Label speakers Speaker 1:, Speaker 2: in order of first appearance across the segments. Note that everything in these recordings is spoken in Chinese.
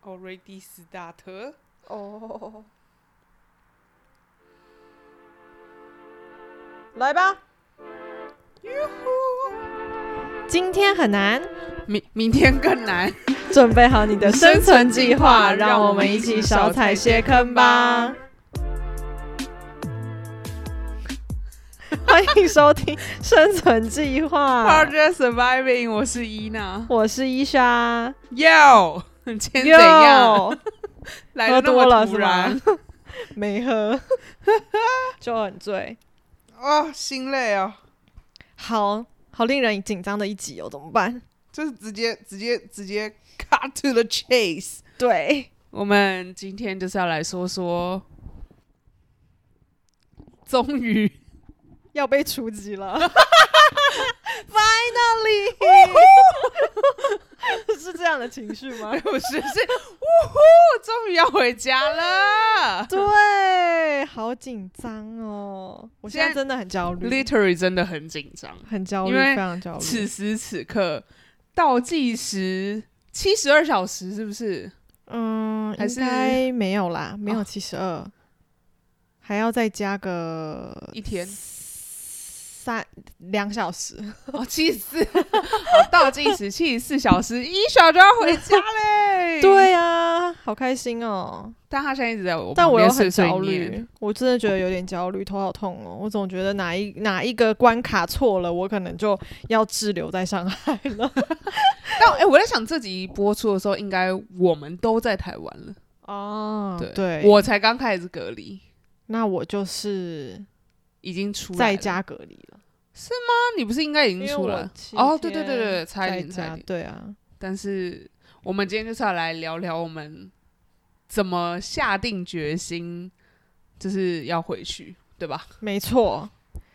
Speaker 1: 口瑞迪斯大特。
Speaker 2: 哦，来吧，今天很难，
Speaker 1: 明明天更难。
Speaker 2: 准备好你的生
Speaker 1: 生存
Speaker 2: 存
Speaker 1: 计
Speaker 2: 计
Speaker 1: 划
Speaker 2: 划，
Speaker 1: 让
Speaker 2: 让
Speaker 1: 我
Speaker 2: 我
Speaker 1: 们
Speaker 2: 们
Speaker 1: 一
Speaker 2: 一
Speaker 1: 起
Speaker 2: 起
Speaker 1: 少
Speaker 2: 少
Speaker 1: 踩
Speaker 2: 踩
Speaker 1: 些
Speaker 2: 些
Speaker 1: 坑
Speaker 2: 坑
Speaker 1: 吧
Speaker 2: 吧。欢迎收听《生存 计划》，
Speaker 1: Project Surviving，我是伊娜。
Speaker 2: 我是伊莎。
Speaker 1: Yo，今天怎样？
Speaker 2: 哟？
Speaker 1: 来
Speaker 2: 喝
Speaker 1: 的那
Speaker 2: 多了
Speaker 1: 么突
Speaker 2: 是
Speaker 1: 然
Speaker 2: 吗？ 没 喝，就很醉。
Speaker 1: 哦，心累哦，
Speaker 2: 好好令人紧张的一集哦，怎么办？
Speaker 1: 就是直接直接直接 cut to the chase。
Speaker 2: 对，
Speaker 1: 我们今天就是要来说说，终于
Speaker 2: 要被除籍了。Finally，是 这样的情绪吗
Speaker 1: 不？是是，呜呼，终于要回家了。
Speaker 2: 对，好紧张哦！我现在真的很焦虑，
Speaker 1: Literally 真的很紧张。
Speaker 2: 很焦虑，
Speaker 1: 因为
Speaker 2: 非常焦
Speaker 1: 此
Speaker 2: 虑。
Speaker 1: 时此刻倒计时七十二小时，是不是？
Speaker 2: 嗯，
Speaker 1: 还
Speaker 2: 应
Speaker 1: 是
Speaker 2: 该没有啦，没有
Speaker 1: 哦
Speaker 2: 七十二，还要再加个
Speaker 1: 一天
Speaker 2: 三两小时。
Speaker 1: 哦，七十四，好倒计时七十四小时，一小就要回家嘞。，
Speaker 2: 对啊，好开心哦！
Speaker 1: 但他现在一直在我，
Speaker 2: 但我又很
Speaker 1: 碎
Speaker 2: 焦
Speaker 1: 念。
Speaker 2: 虑，我真的觉得有点焦虑，头好痛哦。我总觉得哪一哪一个关卡错了，我可能就要滞留在上海了。
Speaker 1: 但哎、我在想这集播出的时候，应该我们都在台湾了。
Speaker 2: 哦
Speaker 1: 对，
Speaker 2: 对，
Speaker 1: 我才刚开始隔离，
Speaker 2: 那我就是
Speaker 1: 已经出来
Speaker 2: 在
Speaker 1: 了
Speaker 2: 家隔离了，
Speaker 1: 那你不是应该已经
Speaker 2: 因为
Speaker 1: 出
Speaker 2: 我
Speaker 1: 来？
Speaker 2: 七
Speaker 1: 哦，对对对
Speaker 2: 天
Speaker 1: 对，差一
Speaker 2: 在
Speaker 1: 点差一
Speaker 2: 家
Speaker 1: 点。
Speaker 2: 对啊，
Speaker 1: 但是我们今天就是要来聊聊我们怎么下定决心，就是要回去，对吧？
Speaker 2: 没错，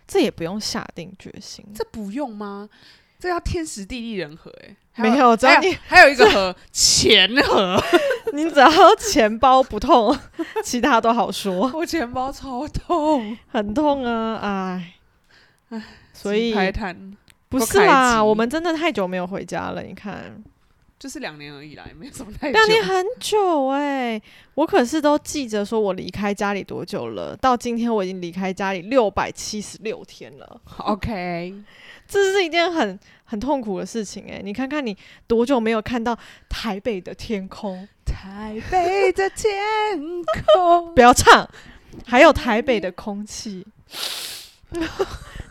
Speaker 2: 这也不用下定决心，
Speaker 1: 这不用吗？这要天时地利人和、欸，哎，
Speaker 2: 没有只要
Speaker 1: 还有
Speaker 2: 你
Speaker 1: 还有一个和钱和，
Speaker 2: 你只要钱包不痛， 其他都好说，
Speaker 1: 我钱包超 痛，
Speaker 2: 很痛啊，哎。所
Speaker 1: 金
Speaker 2: 以
Speaker 1: 拍摊
Speaker 2: 不
Speaker 1: 都
Speaker 2: 是
Speaker 1: 开
Speaker 2: 啦，
Speaker 1: 机
Speaker 2: 我们真的太久没有回家了。你看，
Speaker 1: 就是两年而已啦，也没有什么太久。
Speaker 2: 两 年很久哎、我可是都记着说我离开家里多久了。到今天我已经离开家里六百七十六天了，
Speaker 1: OK，
Speaker 2: 这是一件很很痛苦的事情哎、你看看你多久没有看到台北的天空？
Speaker 1: 台北的天空
Speaker 2: 不要唱，还有台北的空气，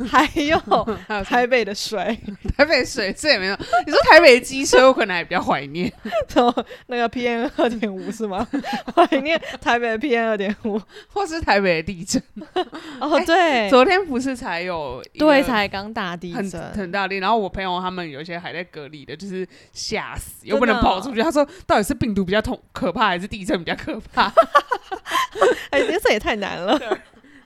Speaker 2: 还有
Speaker 1: 还有台
Speaker 2: 台北的水，
Speaker 1: 台北水这也没有。你说台北的机车，我可能还比较怀念。
Speaker 2: 然后那个 PM 二点五是吗？ 怀念台北的 PM 二点五。
Speaker 1: 或是台北的地震。
Speaker 2: 哦，对，
Speaker 1: 哎昨天不是才有一个
Speaker 2: 对，才刚打地
Speaker 1: 很
Speaker 2: 震，
Speaker 1: 很大力，然后我朋友他们有一些还在隔离的，就是吓死，
Speaker 2: 真的
Speaker 1: 又不能跑出去。他说到底是病毒比较痛可怕，还是地震比较可 怕？
Speaker 2: 哎、这也太难了。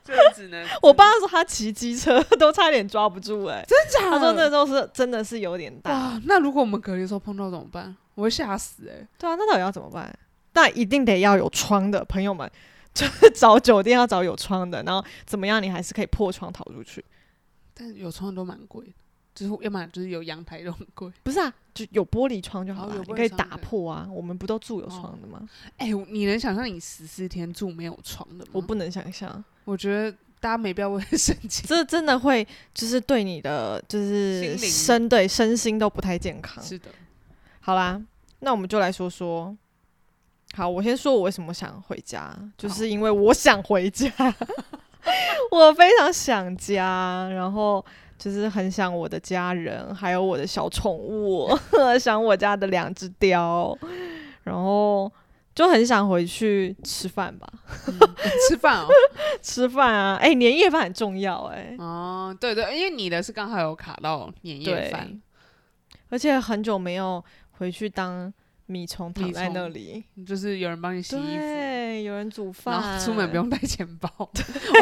Speaker 1: 就是只能
Speaker 2: 我爸说他骑机车 都差点抓不住、哎，
Speaker 1: 真假
Speaker 2: 他说那都是真的是有点大。
Speaker 1: 哇，那如果我们隔离的时候碰到怎么办？我会吓死哎、
Speaker 2: 对啊，那到底要怎么办？但一定得要有窗的朋友们， 就是找酒店要找有窗的，然后怎么样你还是可以破窗逃出去。
Speaker 1: 但有窗都蛮贵的，就是要么就是有阳台都很贵。
Speaker 2: 不是啊，就有玻璃窗就好
Speaker 1: 哦
Speaker 2: 了，
Speaker 1: 有玻璃
Speaker 2: 你可以
Speaker 1: 窗
Speaker 2: 打破啊。我们不都住有窗的吗？
Speaker 1: 哎、你能想象你十四天住没有床的吗？
Speaker 2: 我，不能想象，
Speaker 1: 我觉得大家没必要为了生气。
Speaker 2: 这真的会就是对你的就是
Speaker 1: 心灵
Speaker 2: 身对身心都不太健康。
Speaker 1: 是的，
Speaker 2: 好啦，那我们就来说说。好，我先说我为什么想回家，就是因为我想回家， 我非常想家，然后就是很想我的家人，还有我的小宠物， 想我家的两只貂，然后就很想回去吃饭吧，
Speaker 1: 嗯、 吃饭哦。
Speaker 2: 吃饭啊，哎、年夜饭很重要哎、
Speaker 1: 哦，对对，因为你的是刚好有卡到年夜
Speaker 2: 对
Speaker 1: 饭，
Speaker 2: 而且很久没有回去当米虫躺
Speaker 1: 米
Speaker 2: 在那
Speaker 1: 虫
Speaker 2: 里，
Speaker 1: 就是有人帮你洗衣服，
Speaker 2: 对，对，有人煮
Speaker 1: 然后
Speaker 2: 饭，
Speaker 1: 出门 不。用带钱包。 我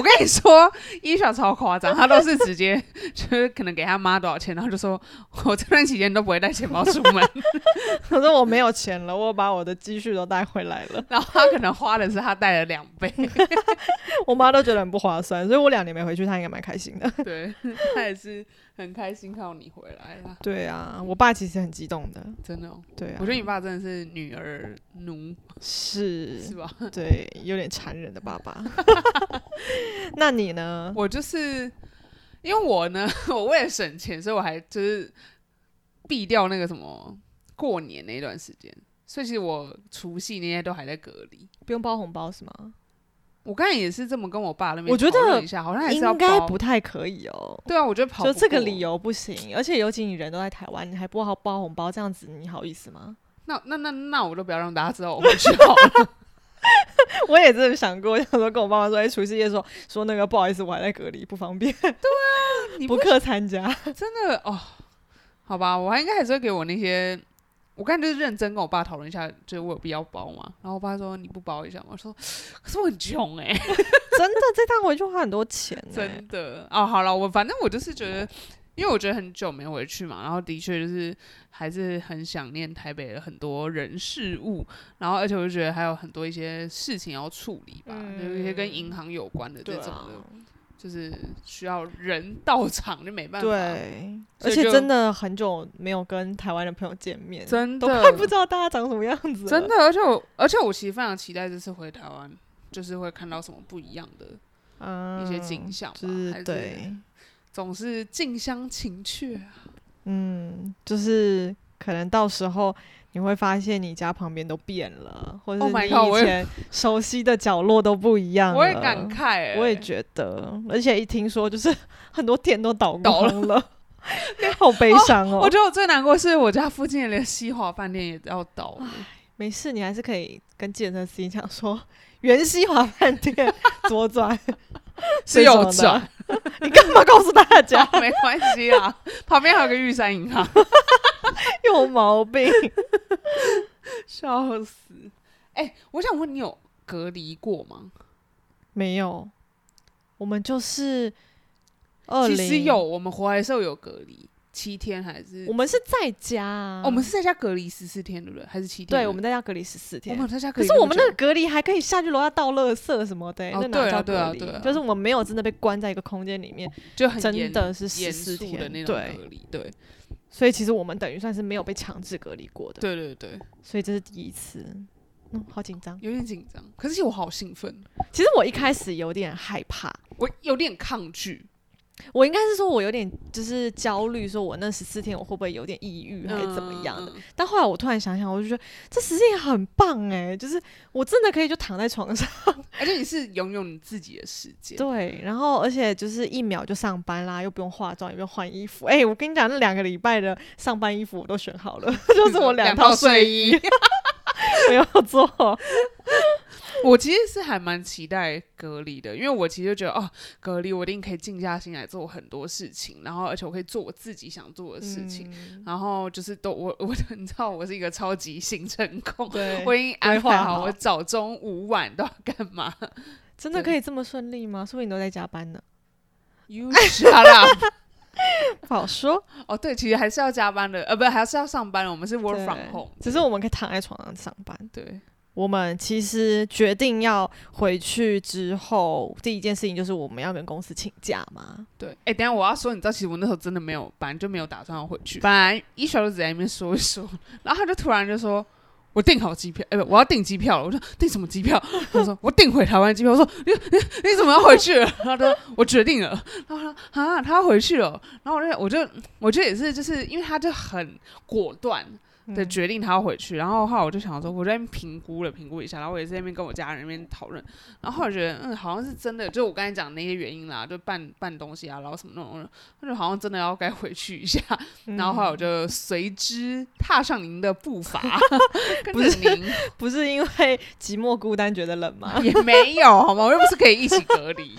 Speaker 1: 跟你说，伊小超夸张，他都是直接就是可能给他妈多少钱，然后就说我这段期间都不会带钱包出门。
Speaker 2: 可是我没有钱了，我把我的积蓄都带回来了。
Speaker 1: 然后他可能花的是他带了两倍，
Speaker 2: 我妈都觉得很不划算，所以我两年没回去，她应该蛮开心的。
Speaker 1: 对他也是很开心看到你回来啦，
Speaker 2: 对啊，我爸其实很激动的。
Speaker 1: 真的哦、
Speaker 2: 对啊，
Speaker 1: 我觉得你爸真的是女儿奴，
Speaker 2: 是
Speaker 1: 是吧？
Speaker 2: 对，有点残忍的爸 爸。那你呢？
Speaker 1: 我就是因为我呢， 我为了省钱，所以我还就是避掉那个什么过年那一段时间，所以其实我除夕那些都还在隔离。
Speaker 2: 不用包红包是吗？
Speaker 1: 我刚才也是这么跟我爸那边
Speaker 2: 我觉得
Speaker 1: 讨论一下，好像还是要
Speaker 2: 应该
Speaker 1: 包
Speaker 2: 不太可以哦。
Speaker 1: 对啊，我觉得跑
Speaker 2: 就
Speaker 1: 不
Speaker 2: 这个
Speaker 1: 过
Speaker 2: 理。由不行，而且尤其你人都在台湾，你还不好包红包，这样子你好意思吗？
Speaker 1: 那那那那我都不要让大家知道我回去好了。
Speaker 2: 我也真的想过，想说跟我爸妈说，哎、除夕夜说说那个不好意思，我还在隔离，不方便。 对啊，
Speaker 1: 你
Speaker 2: 不客参加。
Speaker 1: 真的哦，好吧，我还应该还是会给我那些。我刚才就是认真跟我爸讨论一下，就是我有必要包吗？然后我爸说你不包一下吗？我说可是我很穷哎、
Speaker 2: 真的，这趟回去花很多钱、欸呢。
Speaker 1: 真的哦，好了，我反正我就是觉得，因为我觉得很久没回去嘛，然后的确就是还是很想念台北的很多人事物，然后而且我就觉得还有很多一些事情要处理吧，
Speaker 2: 嗯
Speaker 1: 有一些跟银行有关的这
Speaker 2: 对
Speaker 1: 种的，
Speaker 2: 啊，
Speaker 1: 就是需要人到场就
Speaker 2: 啊
Speaker 1: 没办法，
Speaker 2: 对，
Speaker 1: 所
Speaker 2: 而
Speaker 1: 以
Speaker 2: 且
Speaker 1: 就
Speaker 2: 真的很久没有跟台湾的朋友见面，
Speaker 1: 真
Speaker 2: 都
Speaker 1: 的
Speaker 2: 快不知道大家长什么样子了。
Speaker 1: 真的，而且我而且我其实非常期待这次回台湾，就是会看到什么不一样的，
Speaker 2: 嗯，
Speaker 1: 一些景象吧
Speaker 2: 就是
Speaker 1: 还
Speaker 2: 对，
Speaker 1: 总是近乡情怯啊，
Speaker 2: 嗯，就是可能到时候你会发现你家旁边都变了，或者
Speaker 1: Oh
Speaker 2: 是
Speaker 1: my
Speaker 2: 你
Speaker 1: God，我
Speaker 2: 以
Speaker 1: 也
Speaker 2: 前熟悉的角落都不一样了。
Speaker 1: 我也感慨、欸，
Speaker 2: 我也觉得，而且一听说就是 很多店都倒
Speaker 1: 倒了
Speaker 2: 光 了，好悲伤哦。
Speaker 1: 我觉得我最难过是我家附近的连西华饭店也要倒了，
Speaker 2: 没事，你还是可以跟健身司机讲说，原西华饭 店左转，
Speaker 1: 是
Speaker 2: 这种
Speaker 1: 有
Speaker 2: 的
Speaker 1: 转， 哦
Speaker 2: 你干嘛告诉大家
Speaker 1: 没关系啊，旁边还有个玉山银 行，
Speaker 2: 有毛病？
Speaker 1: 笑死！哎、我想问你有隔离过吗？
Speaker 2: 没有，我们就是二
Speaker 1: 其
Speaker 2: 零，
Speaker 1: 实有，，我们回来的时候有隔离七天还是？
Speaker 2: 我们是在家啊、
Speaker 1: 哦我们是在家隔离十四天，对不对？还是七天？
Speaker 2: 对我们在家隔离十四
Speaker 1: 我
Speaker 2: 天
Speaker 1: 们。有在家隔
Speaker 2: 可
Speaker 1: 离
Speaker 2: 是
Speaker 1: 么久，
Speaker 2: 我们那个隔离还可以下去楼下倒垃圾什么的、
Speaker 1: 哦
Speaker 2: 那哪
Speaker 1: 对啊
Speaker 2: 叫
Speaker 1: 对啊
Speaker 2: 隔离？
Speaker 1: 对啊
Speaker 2: 就是我们没有真的被关在一个空间里面，
Speaker 1: 就很
Speaker 2: 真
Speaker 1: 严
Speaker 2: 的是
Speaker 1: 严
Speaker 2: 十
Speaker 1: 肃
Speaker 2: 四天
Speaker 1: 的那种
Speaker 2: 对
Speaker 1: 隔，离，对
Speaker 2: 所以其实我们等于算是没有被强制隔离过的。
Speaker 1: 对对对，
Speaker 2: 所以这是第一次，嗯，好紧张。
Speaker 1: 有点紧张，可是其实我好兴奋，
Speaker 2: 其实我一开始有点害怕，
Speaker 1: 我有点抗拒，
Speaker 2: 我应该是说我有点就是焦虑，说我那十四天我会不会有点抑郁还是怎么样的。
Speaker 1: 嗯？嗯嗯
Speaker 2: 但后来我突然想想，我就觉得这十四天很棒哎、就是我真的可以就躺在床上，
Speaker 1: 而且你是拥有你自己的世界，
Speaker 2: 对，然后而且就是一秒就上班啦，又不用化妆，也不用换衣服。哎、我跟你讲，那两个礼拜的上班衣服我都选好了， 就是
Speaker 1: 嗯
Speaker 2: 我两套睡衣
Speaker 1: 衣。
Speaker 2: 没有做。
Speaker 1: 我其实是还蛮期待隔离的，因为我其实就觉得哦，隔离我一定可以静下心来做很多事情，然后而且我可以做我自己想做的事
Speaker 2: 嗯
Speaker 1: 情，然后就是都我我你知道我是一个超级行程控，
Speaker 2: 对
Speaker 1: 我已经安
Speaker 2: 规划
Speaker 1: 排好
Speaker 2: 好
Speaker 1: 我早中午晚都要干嘛。
Speaker 2: 真的可以这么顺利吗？说不定你都在加班呢，
Speaker 1: You shut up！
Speaker 2: 不好 说。
Speaker 1: 哦，对，其实还是要加班的，呃，不，还是要上班的。我们是 work
Speaker 2: 对
Speaker 1: from home。
Speaker 2: 只是我们可以躺在床上上班。
Speaker 1: 对，
Speaker 2: 我们其实决定要回去之后，第一件事情就是我们要跟公司请假嘛。
Speaker 1: 对，哎、等一下我要说，你知道，其实我那时候真的没有，本来就没有打算要回去，本来一小就只在那边说一说，然后他就突然就说。我订好机票，哎、不，我要订机票了。我说订什么机票？ 他说我订回台湾机票。我说你你你怎么要回去了？ 然后他说我决定了。然后他说啊，他要回去了。然后我就我就我觉得也是，就是因为他就很果断的
Speaker 2: 嗯
Speaker 1: 决定他要回去。然后后来我就想说，我在那边评估了评估一下，然后我也是在那边跟我家人那边讨论。然后后来觉得，嗯，好像是真的，就我刚才讲的那些原因啦，就办办东西啊，然后什么那种，那就好像真的要该回去一下。
Speaker 2: 嗯
Speaker 1: 然后后来我就随之踏上您的步 伐，跟
Speaker 2: 不
Speaker 1: 着
Speaker 2: 是
Speaker 1: 您
Speaker 2: 不是因为寂寞孤单觉得 冷吗？
Speaker 1: 也没有好吗？我又不是可以一起隔 离。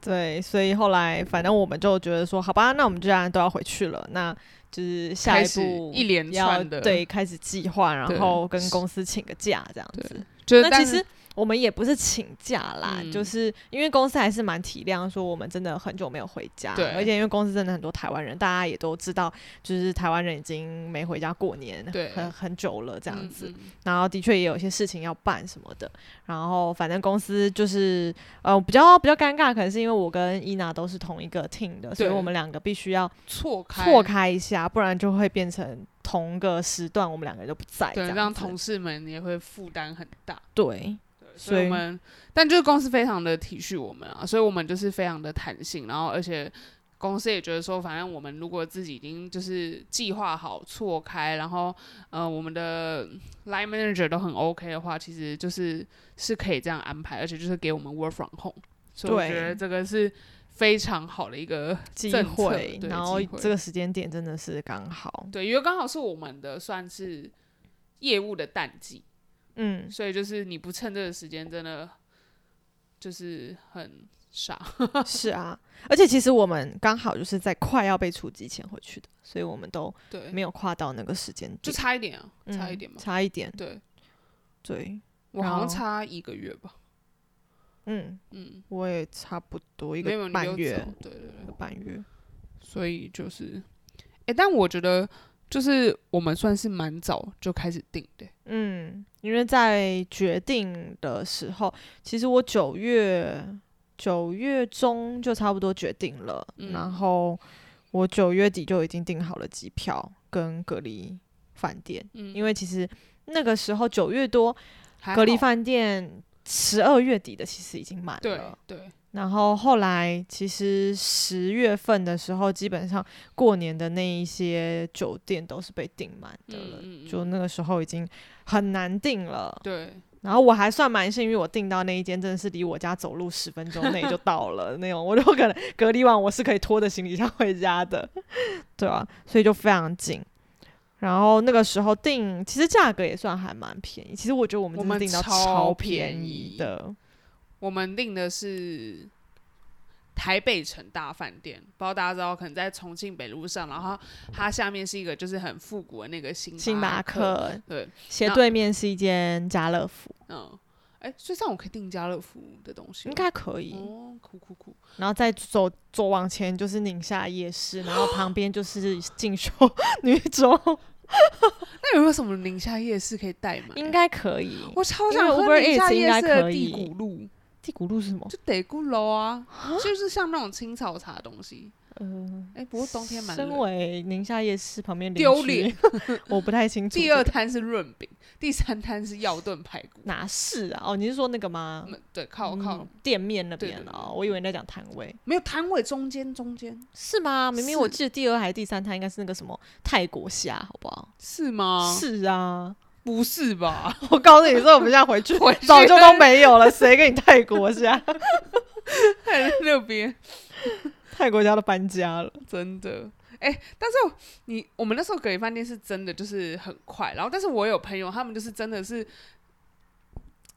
Speaker 2: 对，所以后来反正我们就觉得说，好吧，那我们既然都要回去了，那就是下
Speaker 1: 开
Speaker 2: 一
Speaker 1: 始
Speaker 2: 步
Speaker 1: 一连
Speaker 2: 要
Speaker 1: 串的
Speaker 2: 对开始计划，
Speaker 1: 对
Speaker 2: 然后跟公司请个假这样
Speaker 1: 对
Speaker 2: 子。
Speaker 1: 就是
Speaker 2: 那
Speaker 1: 但
Speaker 2: 其
Speaker 1: 是
Speaker 2: 实我们也不是请假啦，
Speaker 1: 嗯
Speaker 2: 就是因为公司还是蛮体谅，说我们真的很久没有回家，
Speaker 1: 对
Speaker 2: 而且因为公司真的很多台湾人，大家也都知道，就是台湾人已经没回家过年，
Speaker 1: 对
Speaker 2: 很很久了这样
Speaker 1: 嗯
Speaker 2: 子。
Speaker 1: 嗯
Speaker 2: 然后的确也有一些事情要办什么的，然后反正公司就是呃比较比较尴尬，可能是因为我跟伊娜都是同一个 team 的，所以
Speaker 1: 对
Speaker 2: 我们两个必须要
Speaker 1: 错开
Speaker 2: 错开一下，不然就会变成同个时段我们两个都不在，
Speaker 1: 对，
Speaker 2: 这
Speaker 1: 让
Speaker 2: 样子
Speaker 1: 同事们也会负担很大。
Speaker 2: 对
Speaker 1: 所以
Speaker 2: 所以
Speaker 1: 我们，但就是公司非常的体恤我们啊，所以我们就是非常的弹性，然后而且公司也觉得说，反正我们如果自己已经就是计划好错开，然后呃我们的 line manager 都很 OK 的话，其实就是是可以这样安排，而且就是给我们 work from home，所以我
Speaker 2: 对
Speaker 1: 觉得这个是非常好的一个
Speaker 2: 机
Speaker 1: 政策
Speaker 2: 会，
Speaker 1: 对
Speaker 2: 然后
Speaker 1: 机会
Speaker 2: 这个时间点真的是刚 好，
Speaker 1: 对，因为刚好是我们的算是业务的淡季，
Speaker 2: 嗯，
Speaker 1: 所以就是你不趁这个时间，真的就是很傻。
Speaker 2: 是啊，而且其实我们刚好就是在快要被处级前回去的，所以我们都
Speaker 1: 对，
Speaker 2: 没有跨到那个时间点，
Speaker 1: 就差一点啊，
Speaker 2: 嗯
Speaker 1: 差一点嘛。
Speaker 2: 差一点，
Speaker 1: 对
Speaker 2: 对，
Speaker 1: 我
Speaker 2: 然
Speaker 1: 好像
Speaker 2: 后
Speaker 1: 差一个月吧，
Speaker 2: 嗯
Speaker 1: 嗯，
Speaker 2: 我也差不多一
Speaker 1: 没有
Speaker 2: 个
Speaker 1: 你
Speaker 2: 半
Speaker 1: 就
Speaker 2: 月，
Speaker 1: 走对对
Speaker 2: 一
Speaker 1: 对，
Speaker 2: 个半月，
Speaker 1: 所以就是，哎、但我觉得就是我们算是蛮早就开始定的、
Speaker 2: 嗯，因为在决定的时候，其实我九月九月中就差不多决定了，
Speaker 1: 嗯
Speaker 2: 然后我九月底就已经订好了机票跟隔离饭店，
Speaker 1: 嗯
Speaker 2: 因为其实那个时候九月多
Speaker 1: 还
Speaker 2: 隔离
Speaker 1: 好
Speaker 2: 饭店十二月底的其实已经满
Speaker 1: 对
Speaker 2: 了，
Speaker 1: 对嗯
Speaker 2: 然后后来其实十月份的时候，基本上过年的那一些酒店都是被订满的了，
Speaker 1: 嗯嗯嗯
Speaker 2: 就那个时候已经很难订了。
Speaker 1: 对，
Speaker 2: 然后我还算蛮幸运，我订到那一间真的是离我家走路十分钟内 就到了那种，我都可能隔离完我是可以拖着行李箱回家的， 对啊，所以就非常近。然后那个时候订，其实价格也算还蛮便宜。其实我觉得我们
Speaker 1: 我
Speaker 2: 真的
Speaker 1: 们
Speaker 2: 订到
Speaker 1: 超
Speaker 2: 超
Speaker 1: 便
Speaker 2: 便宜
Speaker 1: 宜
Speaker 2: 的，
Speaker 1: 我们定的是台北城大饭店，不知道大家知道，可能在重庆北路上，然后它下面是一个就是很复古的那个星
Speaker 2: 星巴
Speaker 1: 克，
Speaker 2: 克
Speaker 1: 对，
Speaker 2: 斜
Speaker 1: 那
Speaker 2: 对面是一间家乐福，
Speaker 1: 嗯，哎、所以这样我可以订家乐福的东西吗，
Speaker 2: 应该可以。
Speaker 1: 哦，酷酷酷，
Speaker 2: 然后再走走往前就是宁夏夜市，然后旁边就是进 修女 中，
Speaker 1: 那有没有什么宁夏夜市可以代买？啊
Speaker 2: 应该可以。
Speaker 1: 我超
Speaker 2: 因
Speaker 1: 想
Speaker 2: 为
Speaker 1: 喝
Speaker 2: Uber
Speaker 1: 宁夏
Speaker 2: Eats 应
Speaker 1: 夜
Speaker 2: 该
Speaker 1: 市的
Speaker 2: 可
Speaker 1: 地
Speaker 2: 以
Speaker 1: 骨露，
Speaker 2: 地骨路是什么？
Speaker 1: 就得骨楼啊，就是像那种青草茶的东西。
Speaker 2: 呃，
Speaker 1: 哎、不过冬天蛮
Speaker 2: 身
Speaker 1: 冷。
Speaker 2: 为宁夏夜市旁边邻
Speaker 1: 丢
Speaker 2: 居
Speaker 1: 脸，
Speaker 2: 我不 太清楚。
Speaker 1: 第二摊是润饼，第三摊是药炖排骨。
Speaker 2: 哪是啊？哦，你是说那个吗？
Speaker 1: 嗯对，靠靠，
Speaker 2: 嗯店面那
Speaker 1: 对对
Speaker 2: 边
Speaker 1: 对
Speaker 2: 哦，我以为你在讲摊位，
Speaker 1: 没有摊位中间中间
Speaker 2: 是吗？明明我
Speaker 1: 是
Speaker 2: 记得第二还是第三摊应该是那个什么泰国虾，好不好？
Speaker 1: 是吗？
Speaker 2: 是啊，
Speaker 1: 不是 吧？
Speaker 2: 我告诉你，说我们现在 回去
Speaker 1: 回去
Speaker 2: 早就都没有了，谁给你泰国虾？
Speaker 1: 在那边
Speaker 2: 泰国虾都搬家了。
Speaker 1: 真的。哎、但是我你我们那时候隔离饭店是真的就是很快，然后但是我有朋友他们就是真的是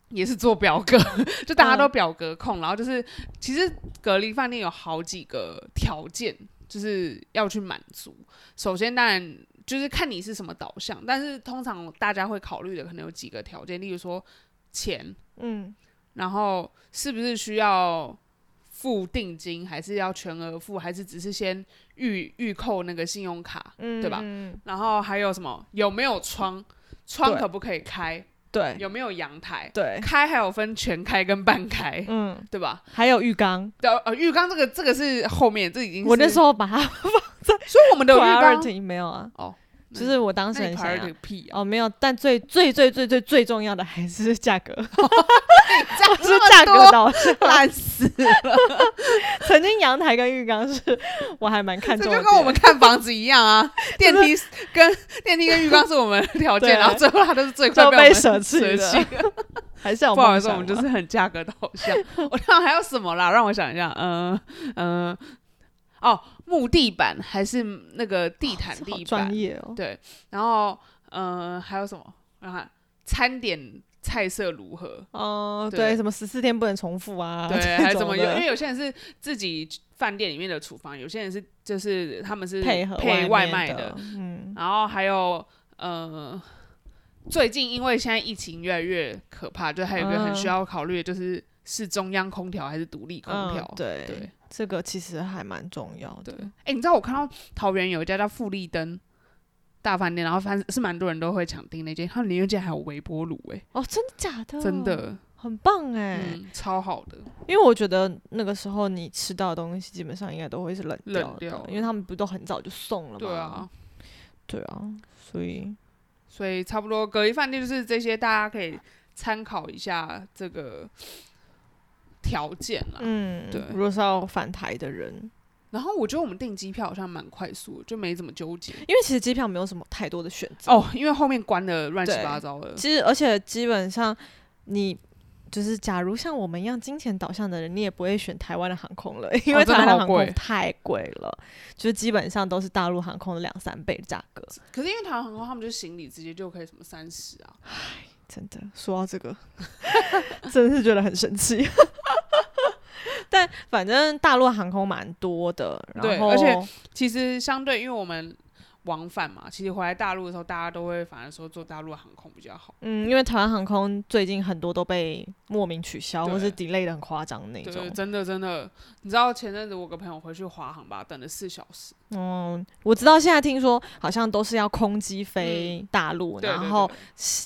Speaker 1: 也是做表格， 就大家都表格控，然后就是其实隔离饭店有好几个条件就是要去满足，首先当然。就是看你是什么导向，但是通常大家会考虑的可能有几个条件，例如说钱，
Speaker 2: 嗯，
Speaker 1: 然后是不是需要付定金，还是要全额付，还是只是先预预扣那个信用卡，
Speaker 2: 嗯
Speaker 1: 对吧？
Speaker 2: 嗯
Speaker 1: 然后还有什么有没有窗，窗
Speaker 2: 对
Speaker 1: 可不可以开，
Speaker 2: 对
Speaker 1: 有没有阳台，
Speaker 2: 对，
Speaker 1: 开还有分全开跟半开，
Speaker 2: 嗯，
Speaker 1: 对吧？
Speaker 2: 还有浴缸，
Speaker 1: 对呃，浴缸这个这个是后面，这已经是
Speaker 2: 我那时候 把它
Speaker 1: 所以我们的浴缸
Speaker 2: priority 没有啊，
Speaker 1: 哦，那
Speaker 2: 就
Speaker 1: 你
Speaker 2: 是我当时
Speaker 1: 那你
Speaker 2: 很想
Speaker 1: priority
Speaker 2: 要
Speaker 1: 个屁 啊，
Speaker 2: 哦，没有，但最最最最最最重要的还是价 格，
Speaker 1: 这样
Speaker 2: 是
Speaker 1: 那么
Speaker 2: 价格
Speaker 1: 多
Speaker 2: 导向。
Speaker 1: 烂死了，
Speaker 2: 曾经阳台跟浴缸是我还蛮看
Speaker 1: 这
Speaker 2: 重
Speaker 1: 就
Speaker 2: 的
Speaker 1: 跟我们看房子一样 啊，电梯 跟电梯跟浴缸是我们的条件，
Speaker 2: 对
Speaker 1: 然后最后它都是最快
Speaker 2: 就
Speaker 1: 我们
Speaker 2: 被舍弃
Speaker 1: 舍
Speaker 2: 的
Speaker 1: 弃。
Speaker 2: 还是有
Speaker 1: 不好意思，
Speaker 2: 哦梦
Speaker 1: 我
Speaker 2: 想
Speaker 1: 们就
Speaker 2: 嘛
Speaker 1: 是很价格导向。 我看还有什么啦？让我想一下，嗯嗯，哦，木地板还是那个地毯
Speaker 2: 这好
Speaker 1: 地板
Speaker 2: 专，业哦，
Speaker 1: 对，然后嗯还有什么？然后餐点菜色如何？
Speaker 2: 哦，
Speaker 1: 对
Speaker 2: 对，什么十四天不能重复啊，
Speaker 1: 对，
Speaker 2: 这
Speaker 1: 还有
Speaker 2: 种
Speaker 1: 什么？有
Speaker 2: 的
Speaker 1: 因为有些人是自己饭店里面的厨房，有些人是就是他们是
Speaker 2: 配合
Speaker 1: 配
Speaker 2: 外
Speaker 1: 外卖
Speaker 2: 的，嗯，
Speaker 1: 然后还有呃最近因为现在疫情越来越可怕，就还有一个很需
Speaker 2: 嗯
Speaker 1: 要考虑，的就是是中央空调还是独立空调、
Speaker 2: 嗯对
Speaker 1: 对
Speaker 2: 这个其实还蛮重要
Speaker 1: 对
Speaker 2: 的。，
Speaker 1: 哎、你知道我看到桃园有一家叫富丽登大饭店，然后反正是蛮多人都会抢订那间，他们里面竟然还有微波炉，哎，
Speaker 2: 哦，真的假的？
Speaker 1: 真的，
Speaker 2: 很棒哦哎、
Speaker 1: 嗯，超好的，
Speaker 2: 因为我觉得那个时候你吃到的东西基本上应该都会是冷
Speaker 1: 冷
Speaker 2: 掉的，
Speaker 1: 掉的
Speaker 2: 因为他们不都很早就送了吗？
Speaker 1: 对啊，，
Speaker 2: 对啊，所以
Speaker 1: 所以差不多隔离饭店就是这些，大家可以参考一下这个条件啦。
Speaker 2: 嗯，
Speaker 1: 啊对
Speaker 2: 如果是要返台的人，
Speaker 1: 然后我觉得我们订机票好像蛮快速的，就没怎么纠结
Speaker 2: 因为其实机票没有什么太多的选择。
Speaker 1: 哦，因为后面关的乱七
Speaker 2: 对
Speaker 1: 八糟的，
Speaker 2: 其实而且基本上你。就是，假如像我们一样金钱导向的人，你也不会选台湾的航空了，因为
Speaker 1: 哦真的
Speaker 2: 台湾
Speaker 1: 好
Speaker 2: 的航空
Speaker 1: 贵
Speaker 2: 太贵了，就是基本上都是大陆航空的两三倍的价格。
Speaker 1: 可是因为台湾航空他们就行李直接就可以什么三十啊，
Speaker 2: 真的，说到这个， 真是觉得很神奇。 但反正大陆航空蛮多的，
Speaker 1: 对
Speaker 2: 然后
Speaker 1: 而且其实相对因为我们往返嘛，其实回来大陆的时候，大家都会反而说坐大陆的航空比较好。
Speaker 2: 嗯，因为台湾航空最近很多都被莫名取消，
Speaker 1: 对
Speaker 2: 或是 delay 的很夸张那种
Speaker 1: 对，。真的真的，你知道前阵子我有个朋友回去华航吧，等了四小时，
Speaker 2: 嗯，我知道现在听说好像都是要空机飞大陆，
Speaker 1: 嗯对对
Speaker 2: 然后
Speaker 1: 对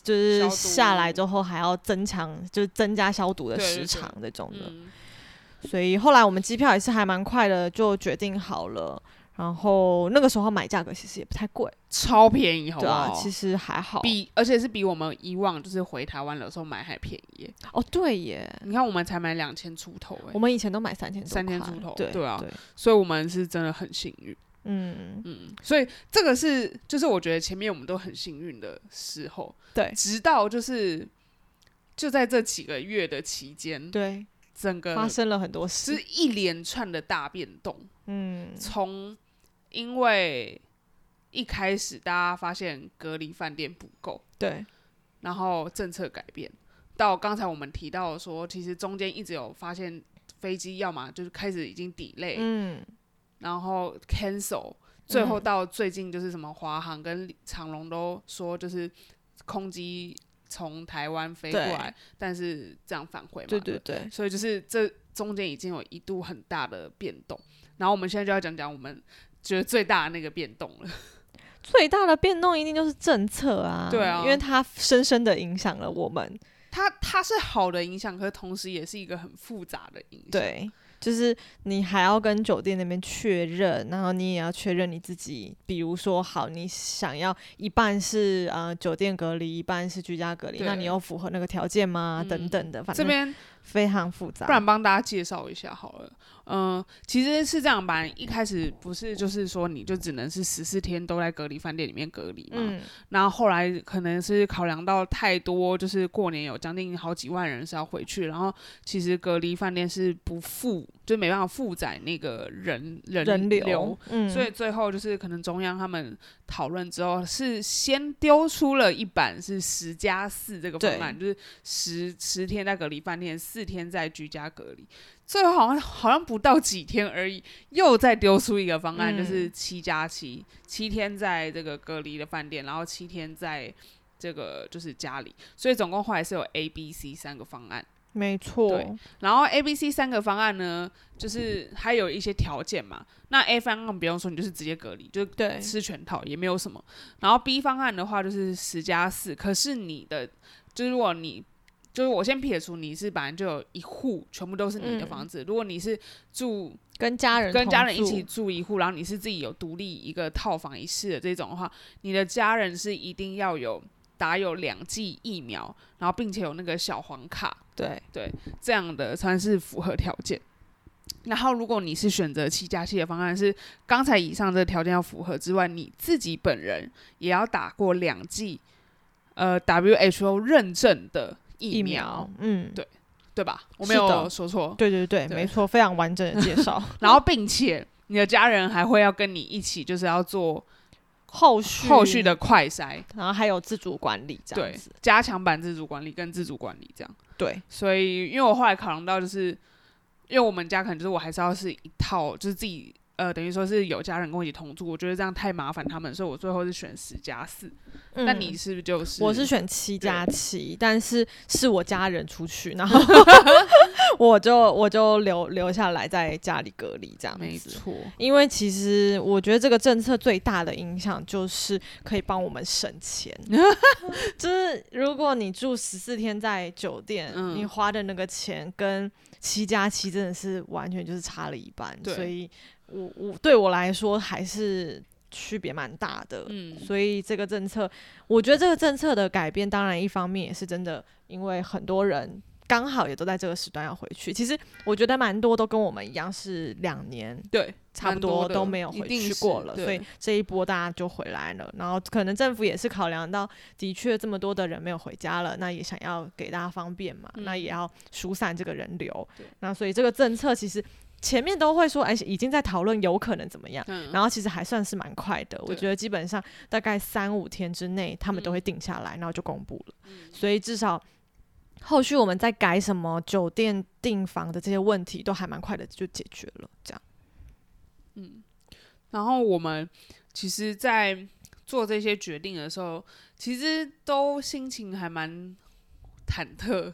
Speaker 2: 就是
Speaker 1: 消毒
Speaker 2: 下来之后还要增强，就是增加消毒的
Speaker 1: 对对
Speaker 2: 时
Speaker 1: 对
Speaker 2: 长这种的。
Speaker 1: 嗯，
Speaker 2: 所以后来我们机票也是还蛮快的，就决定好了。然后那个时候买价格其实也不太贵，
Speaker 1: 超便宜，好哦
Speaker 2: 对
Speaker 1: 不
Speaker 2: 啊
Speaker 1: 好？，
Speaker 2: 其实还好。
Speaker 1: 比而且是比我们以往就是回台湾的时候买还便宜耶。
Speaker 2: 哦，对耶，
Speaker 1: 你看我们才买两千出头哎
Speaker 2: 我，们以前都买三千多块，
Speaker 1: 三千出头
Speaker 2: 对
Speaker 1: 对啊所以我们是真的很幸运。
Speaker 2: 嗯，
Speaker 1: 嗯，所以这个是就是我觉得前面我们都很幸运的时候，
Speaker 2: 对
Speaker 1: 直到就是就在这几个月的期间，
Speaker 2: 对，
Speaker 1: 整个
Speaker 2: 发生了很多事
Speaker 1: 嗯是，一连串的大变动，
Speaker 2: 嗯，
Speaker 1: 从因为一开始大家发现隔离饭店不够，
Speaker 2: 对，
Speaker 1: 然后政策改变，到刚才我们提到说，其实中间一直有发现飞机要么就是开始已经 delay，、
Speaker 2: 嗯，
Speaker 1: 然后 cancel，最后到最近就是什么华航跟长龙都说就是空机从台湾飞过来，但是这样返回嘛，
Speaker 2: 对对对，
Speaker 1: 所以就是这中间已经有一度很大的变动，然后我们现在就要讲讲我们觉得最大的那个变动了，
Speaker 2: 最大的变动一定就是政策啊，
Speaker 1: 对啊
Speaker 2: 因为它深深的影响了我们，
Speaker 1: 它它是好的影响，可是同时也是一个很复杂的影响，
Speaker 2: 对，就是你还要跟酒店那边确认，然后你也要确认你自己，比如说，好，你想要一半是呃酒店隔离，一半是居家隔离，那你
Speaker 1: 对嗯
Speaker 2: 有符合那个条件吗？等等的，反
Speaker 1: 这
Speaker 2: 正
Speaker 1: 边
Speaker 2: 非常复杂。
Speaker 1: 不然帮大家介绍一下好了。嗯、其实是这样吧，一开始不是就是说你就只能是十四天都在隔离饭店里面隔离嘛，
Speaker 2: 嗯，
Speaker 1: 然后后来可能是考量到太多，就是过年有将近好几万人是要回去，然后其实隔离饭店是不负，就没办法负载那个人人
Speaker 2: 人
Speaker 1: 流。
Speaker 2: 流，嗯，
Speaker 1: 所以最后就是可能中央他们讨论之后，是先丢出了一版是十加四这个方案，就是十十天在隔离饭店，四天在居家隔离。最后好像好像不到几天而已，又再丢出一个方案，
Speaker 2: 嗯
Speaker 1: 就是七加七，七天在这个隔离的饭店，然后七天在这个就是家里。所以总共后来是有 A、B、C 三个方案。
Speaker 2: 没错
Speaker 1: 对，然后 A、B、C 三个方案呢，就是还有一些条件嘛。那 A 方案不用说，你就是直接隔离，就
Speaker 2: 对
Speaker 1: 吃全套也没有什么。然后 B 方案的话就是十加四，可是你的就是如果你就是我先撇除你是本来就有一户全部都是你的
Speaker 2: 嗯
Speaker 1: 房子，如果你是住
Speaker 2: 跟家人
Speaker 1: 跟
Speaker 2: 同
Speaker 1: 家人一
Speaker 2: 住
Speaker 1: 起住一户，然后你是自己有独立一个套房一室的这种的话，你的家人是一定要有打有两剂疫苗，然后并且有那个小黄卡。
Speaker 2: 对，
Speaker 1: 这样的算是符合条件。然后，如果你是选择七加七的方案，是刚才以上这个条件要符合之外，你自己本人也要打过两剂，呃，WHO 认证的疫苗，
Speaker 2: 疫苗，嗯，
Speaker 1: 对对吧？我没
Speaker 2: 是的
Speaker 1: 有说错。
Speaker 2: 对对对，
Speaker 1: 对
Speaker 2: 没错，非常完整的介绍。
Speaker 1: 然后，并且你的家人还会要跟你一起，就是要做
Speaker 2: 后续
Speaker 1: 后续，的快筛，
Speaker 2: 然后还有自主管理这样
Speaker 1: 对
Speaker 2: 子，，
Speaker 1: 加强版自主管理跟自主管理这样。
Speaker 2: 对，
Speaker 1: 所以因为我后来考量到，就是因为我们家可能就是我还是要是一套，就是自己呃，等于说是有家人跟我一起同住，我觉得这样太麻烦他们，所以我最后是选十加四。
Speaker 2: 嗯
Speaker 1: 那你是不是就是？
Speaker 2: 我是选七加七，但是是我家人出去， 然后 我就我就留留下来在家里隔离这样
Speaker 1: 没
Speaker 2: 子。
Speaker 1: 错，
Speaker 2: 因为其实我觉得这个政策最大的影响就是可以帮我们省 钱，就是如果你住十四天在酒店，
Speaker 1: 嗯
Speaker 2: 你花的那个钱跟七加七真的是完全就是差了一半，
Speaker 1: 对
Speaker 2: 所以我我对我来说还是区别蛮大的。
Speaker 1: 嗯，
Speaker 2: 所以这个政策，我觉得这个政策的改变，当然一方面也是真的，因为很多人刚好也都在这个时段要回去。其实我觉得蛮多都跟我们一样是两年
Speaker 1: 对，
Speaker 2: 差不
Speaker 1: 蛮多的
Speaker 2: 都没有回去过了，
Speaker 1: 一定是
Speaker 2: 所以
Speaker 1: 对
Speaker 2: 这一波大家就回来了。然后可能政府也是考量到，的确这么多的人没有回家了，那也想要给大家方便嘛，
Speaker 1: 嗯
Speaker 2: 那也要疏散这个人流
Speaker 1: 对。
Speaker 2: 那所以这个政策其实前面都会说，哎，已经在讨论有可能怎么样。
Speaker 1: 嗯，
Speaker 2: 然后其实还算是蛮快的，我
Speaker 1: 对
Speaker 2: 觉得基本上大概三五天之内，他们都
Speaker 1: 嗯
Speaker 2: 会定下来，然后就公布了。所以至少后续我们在改什么酒店订房的这些问题，都还蛮快的就解决了。这样，
Speaker 1: 然后我们其实，在做这些决定的时候，其实都心情还蛮忐忑。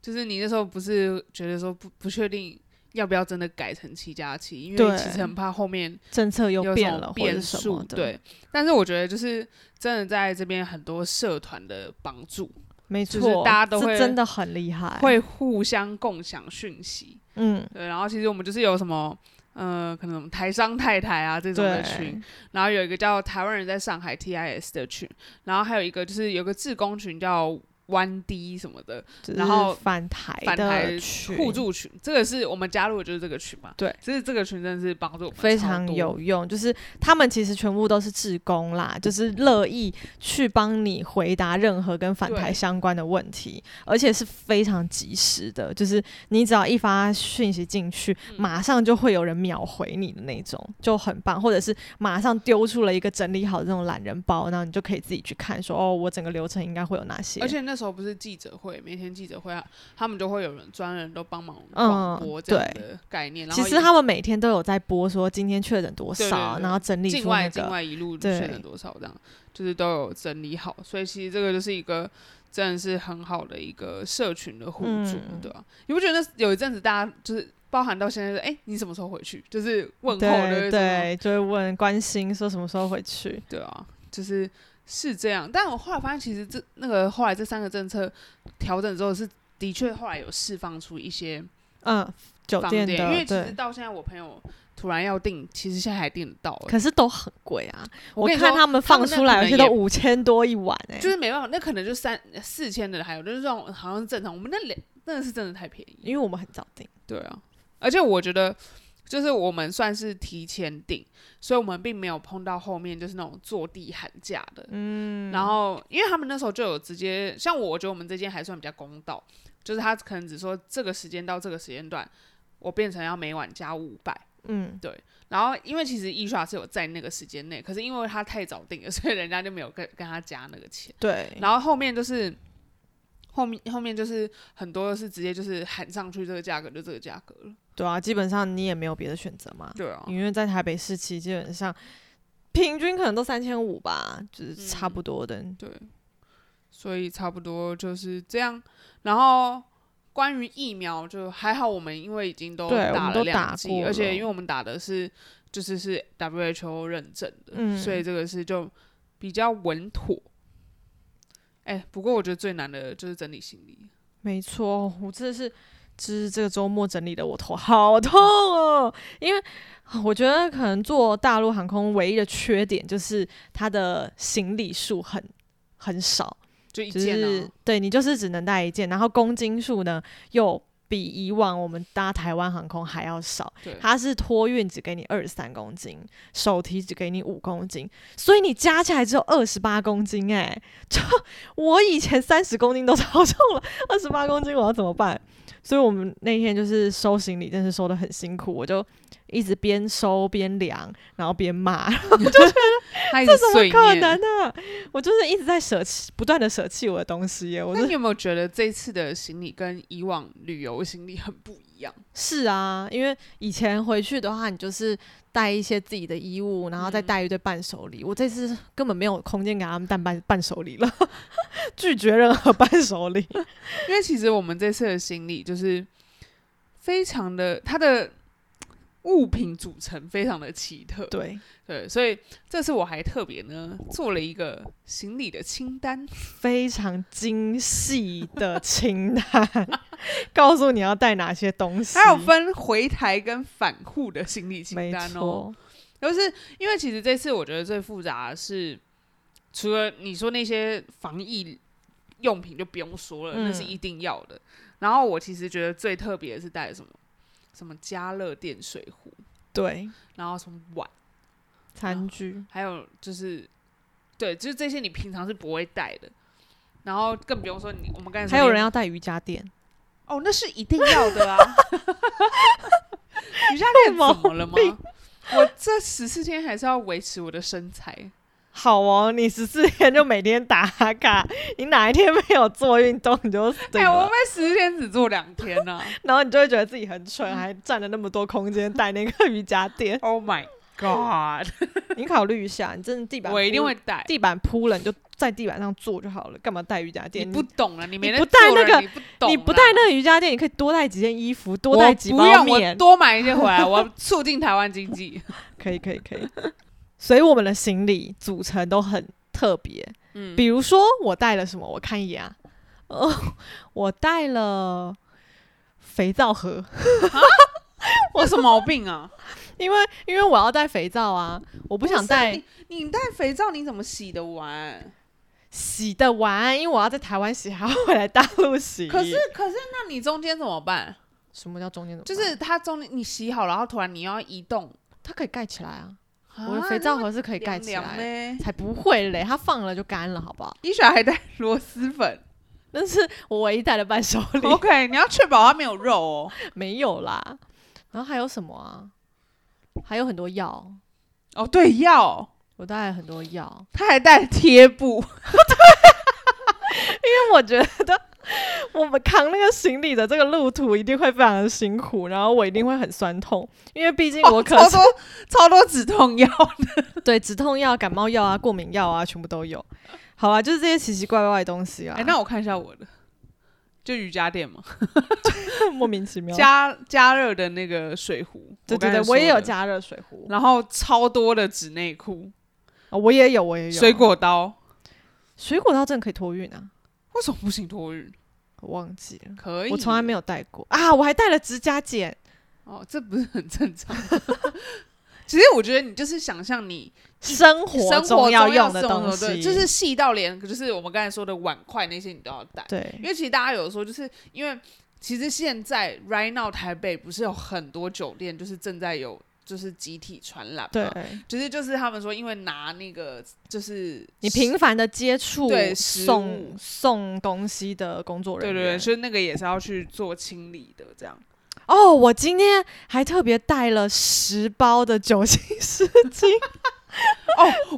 Speaker 1: 就是你那时候不是觉得说不不确定要不要真的改成七加七，因为
Speaker 2: 对
Speaker 1: 其实很怕后面
Speaker 2: 政策又
Speaker 1: 有
Speaker 2: 变
Speaker 1: 什么
Speaker 2: 了或者
Speaker 1: 变
Speaker 2: 什么
Speaker 1: 数
Speaker 2: 的，，
Speaker 1: 对。但是我觉得就是真的在这边很多社团的帮助，
Speaker 2: 没
Speaker 1: 就
Speaker 2: 错，
Speaker 1: 是大家都
Speaker 2: 这
Speaker 1: 会
Speaker 2: 真的很厉害，
Speaker 1: 会互相共享讯息。
Speaker 2: 嗯，
Speaker 1: 对，然后其实我们就是有什么。呃，可能什么台商太太啊这种的群
Speaker 2: 对，，
Speaker 1: 然后有一个叫台湾人在上海 TIS 的群，然后还有一个就是有个志工群叫弯 D 什么的
Speaker 2: 就是
Speaker 1: 然后
Speaker 2: 反台
Speaker 1: 反台
Speaker 2: 哎的群
Speaker 1: 互助群，这个是我们加入的就是这个群嘛。
Speaker 2: 对，
Speaker 1: 其实这个群真的是帮助我们
Speaker 2: 非
Speaker 1: 超
Speaker 2: 常
Speaker 1: 多
Speaker 2: 有用，就是他们其实全部都是志工啦，就是乐意去帮你回答任何跟反台
Speaker 1: 对
Speaker 2: 相关的问题，而且是非常及时的，就是你只要一发讯息进去，
Speaker 1: 嗯
Speaker 2: 马上就会有人秒回你的那种，就很棒。或者是马上丢出了一个整理好的那种懒人包，然后你就可以自己去看说哦，我整个流程应该会有哪些。
Speaker 1: 而且那时候不是记者会，每天记者会啊，他们就会有人专人都帮忙
Speaker 2: 嗯
Speaker 1: 广播这样
Speaker 2: 对
Speaker 1: 的概念。然
Speaker 2: 其
Speaker 1: 后
Speaker 2: 实
Speaker 1: 也
Speaker 2: 他们每天都有在播说今天确诊多少，
Speaker 1: 对对对
Speaker 2: 然后整理
Speaker 1: 境
Speaker 2: 出
Speaker 1: 外
Speaker 2: 那
Speaker 1: 境
Speaker 2: 个。
Speaker 1: 外一路
Speaker 2: 对
Speaker 1: 确诊多少这样，就是都有整理好，所以其实这个就是一个真的是很好的一个社群的互助，
Speaker 2: 嗯
Speaker 1: 对吧、啊你不觉得有一阵子大家就是包含到现在、就是，哎、你什么时候回去？就是问候的
Speaker 2: 对对，就会问关心说什么时候回去。
Speaker 1: 对啊，就是是这样。但我后来发现，其实这那个后来这三个政策调整之后是。的确，后来有释放出一些
Speaker 2: 嗯，酒
Speaker 1: 方
Speaker 2: 店
Speaker 1: 便，
Speaker 2: 的，
Speaker 1: 因为其实
Speaker 2: 对，
Speaker 1: 到现在我朋友突然要订，其实现在还订得到、欸
Speaker 2: 可是都很贵啊！我
Speaker 1: 我跟你
Speaker 2: 看
Speaker 1: 说
Speaker 2: 他们放出来，
Speaker 1: 他
Speaker 2: 而
Speaker 1: 们那可能
Speaker 2: 且都
Speaker 1: 也
Speaker 2: 五千多一晚哎、
Speaker 1: 就是没办法，那可能就三四千的还有，就是这种好像是正常。我们那两那是真的太便宜，
Speaker 2: 因为我们很早订，
Speaker 1: 对啊。而且我觉得，就是我们算是提前订，所以我们并没有碰到后面就是那种坐地喊价的。
Speaker 2: 嗯
Speaker 1: 然后，因为他们那时候就有直接，像我，我觉得我们这间还算比较公道，就是他可能只说这个时间到这个时间段，我变成要每晚加五百。
Speaker 2: 嗯，
Speaker 1: 然后，因为其实艺刷是有在那个时间内，可是因为他太早订了，所以人家就没有跟跟他加那个钱。
Speaker 2: 对，
Speaker 1: 然后后面就是后面后面就是很多是直接就是喊上去这个价格就这个价格了。
Speaker 2: 对啊，基本上你也没有别的选择嘛，
Speaker 1: 对啊，
Speaker 2: 因为在台北市区基本上平均可能都三千五吧，就是
Speaker 1: 嗯
Speaker 2: 差不多的。
Speaker 1: 对，所以差不多就是这样。然后关于疫苗，就还好我们因为已经都
Speaker 2: 对我们
Speaker 1: 打
Speaker 2: 都
Speaker 1: 了
Speaker 2: 打
Speaker 1: 两剂，
Speaker 2: 过
Speaker 1: 而且
Speaker 2: 了
Speaker 1: 因为我们打的是就是是 WHO 认证的，
Speaker 2: 嗯
Speaker 1: 所以这个是就比较稳妥。哎、不过我觉得最难的就是整理行李，
Speaker 2: 没错，我真的是，就是这个周末整理的我头好痛哦，因为我觉得可能坐大陆航空唯一的缺点就是它的行李数很很少，
Speaker 1: 就一
Speaker 2: 就
Speaker 1: 件啊哦呢、
Speaker 2: 是对你就是只能带一件，然后公斤数呢又比以往我们搭台湾航空还要少，
Speaker 1: 对，
Speaker 2: 它是托运只给你二十三公斤，手提只给你五公斤，所以你加起来只有二十八公斤哎、 就我以前三十公斤都超重了， 二十八公斤我要怎么办？所以我们那天就是收行李，真是收的很辛苦，我就。一直边收边量，然后边骂，
Speaker 1: 他一直
Speaker 2: 这怎么
Speaker 1: 碎
Speaker 2: 可
Speaker 1: 念。
Speaker 2: 能呢、我就是一直在舍弃，不断的舍弃我的东西耶。我
Speaker 1: 那
Speaker 2: 真
Speaker 1: 你
Speaker 2: 的
Speaker 1: 有没有觉得这次的行李跟以往旅游行李很不一样？
Speaker 2: 是啊，因为以前回去的话，你就是带一些自己的衣物，然后再
Speaker 1: 嗯
Speaker 2: 带一堆伴手礼。我这次根本没有空间给他们带伴伴手礼了， 拒绝任何伴手礼。
Speaker 1: 因为其实我们这次的行李就是非常的，它的物品组成非常的奇特，
Speaker 2: 对，
Speaker 1: 对，所以这次我还特别呢做了一个行李的清单，
Speaker 2: 非常精细的清单，告诉你要带哪些东西，
Speaker 1: 还有分回台跟返沪的行李清
Speaker 2: 没
Speaker 1: 单哦。
Speaker 2: 错，
Speaker 1: 就是因为其实这次我觉得最复杂的是，除了你说那些防疫用品就不用说了，
Speaker 2: 嗯
Speaker 1: 那是一定要的。然后我其实觉得最特别的是带什么，什么加热电水壶，
Speaker 2: 对，
Speaker 1: 然后什么碗，
Speaker 2: 餐具，
Speaker 1: 还有就是，对，就是这些你平常是不会带的。然后更不用说你，我们刚才说
Speaker 2: 还有
Speaker 1: 那
Speaker 2: 人要带瑜伽垫，
Speaker 1: 哦，那是一定要的 啊！瑜伽垫怎么了吗？我这十四天还是要维持我的身材。
Speaker 2: 好哦，你十四天就每天打卡，你哪一天没有做运动，你就死
Speaker 1: 哎、
Speaker 2: 了，
Speaker 1: 我被十四天只做两天啊 呢、。
Speaker 2: 然后你就会觉得自己很蠢，还占了那么多空间带那个瑜伽垫
Speaker 1: Oh my god！
Speaker 2: 你考虑一下，你真的地板
Speaker 1: 我一定
Speaker 2: 铺
Speaker 1: 会带。
Speaker 2: 地板铺了，你就在地板上坐就好了，干嘛带瑜伽
Speaker 1: 你
Speaker 2: 垫？
Speaker 1: 不懂啊，你没
Speaker 2: 你
Speaker 1: 在
Speaker 2: 不带
Speaker 1: 做
Speaker 2: 那
Speaker 1: 人
Speaker 2: 个
Speaker 1: 你不懂，啊
Speaker 2: 你不带那个瑜伽垫，你可以多带几件衣服，多
Speaker 1: 我
Speaker 2: 带几
Speaker 1: 不
Speaker 2: 包
Speaker 1: 用，我
Speaker 2: 面，
Speaker 1: 多买一些回来，我 要促进台湾经 济。
Speaker 2: 可以可以可以。所以我们的行李组成都很特别，
Speaker 1: 嗯，
Speaker 2: 比如说我带了什么，我看一眼啊，哦，我带了肥皂盒，
Speaker 1: 我什么毛病啊？
Speaker 2: 因为因为我要带肥皂啊，我不想
Speaker 1: 是
Speaker 2: 带
Speaker 1: 你，你带肥皂你怎么洗得完？
Speaker 2: 洗的完，因为我要在台湾洗，还要回来大陆洗。
Speaker 1: 可是可是，那你中间怎么办？
Speaker 2: 什么叫中间怎么
Speaker 1: 就
Speaker 2: 办？
Speaker 1: 是它中间你洗好，然后突然你要移动，
Speaker 2: 它可以盖起来啊，
Speaker 1: 我
Speaker 2: 我的肥皂盒是可
Speaker 1: 可
Speaker 2: 以盖起来的，
Speaker 1: 嘞。
Speaker 2: 才不会嘞，它放了就干了，好不好？
Speaker 1: 伊莎还带螺蛳粉
Speaker 2: 但是我唯一带的伴手礼
Speaker 1: ，OK，你要确保它没有肉哦。
Speaker 2: 没有啦。然后还有什么啊？还有很多药，
Speaker 1: 哦，对，要，
Speaker 2: 我带了很多药，
Speaker 1: 他还带贴布，
Speaker 2: 因为我觉得我们扛那个行李的这个路途一定会非常的辛苦，然后我一定会很酸痛，因为 毕竟我可
Speaker 1: 超
Speaker 2: 是、
Speaker 1: 多超多止痛药。
Speaker 2: 对止痛药、感冒药啊、过敏药啊，全部都有。好啊，就是这些奇奇怪怪的东西啊，
Speaker 1: 哎， 那我看一下我的，就瑜伽垫嘛，
Speaker 2: 莫名其妙。
Speaker 1: 加加热的那个水壶，
Speaker 2: 对
Speaker 1: 刚
Speaker 2: 对
Speaker 1: 才
Speaker 2: 对，
Speaker 1: 说
Speaker 2: 我也有
Speaker 1: 的，
Speaker 2: 加热水壶、
Speaker 1: 然后超多的纸内裤、
Speaker 2: 哦，我也有，我也有
Speaker 1: 水果刀，
Speaker 2: 水果刀真的可以托运啊，
Speaker 1: 为什么不行托运？
Speaker 2: 我忘记了，
Speaker 1: 可以，
Speaker 2: 我从来没
Speaker 1: 有。
Speaker 2: 有带过啊，我还带了指甲剪，
Speaker 1: 哦，这不是很正常 吗。其实我觉得你就是想象你
Speaker 2: 生活
Speaker 1: 生活
Speaker 2: 中要用的
Speaker 1: 这种
Speaker 2: 东西，
Speaker 1: 对就是细到连就是我们刚才说的碗筷那些你都要带，因
Speaker 2: 对，
Speaker 1: 为其实大家有说就是因为其实现在 right now 台北不是有很多酒店就是正在有就是集体传染，
Speaker 2: 对，，
Speaker 1: 其实就是他们说因为拿那个就是
Speaker 2: 你频繁的接触
Speaker 1: 对食
Speaker 2: 送
Speaker 1: 物
Speaker 2: 送东西的工作
Speaker 1: 对
Speaker 2: 人
Speaker 1: 对
Speaker 2: 员，
Speaker 1: 对，所以那个也是要去做清理的这样。
Speaker 2: 哦，我今天还特别带了十包的酒精 湿巾，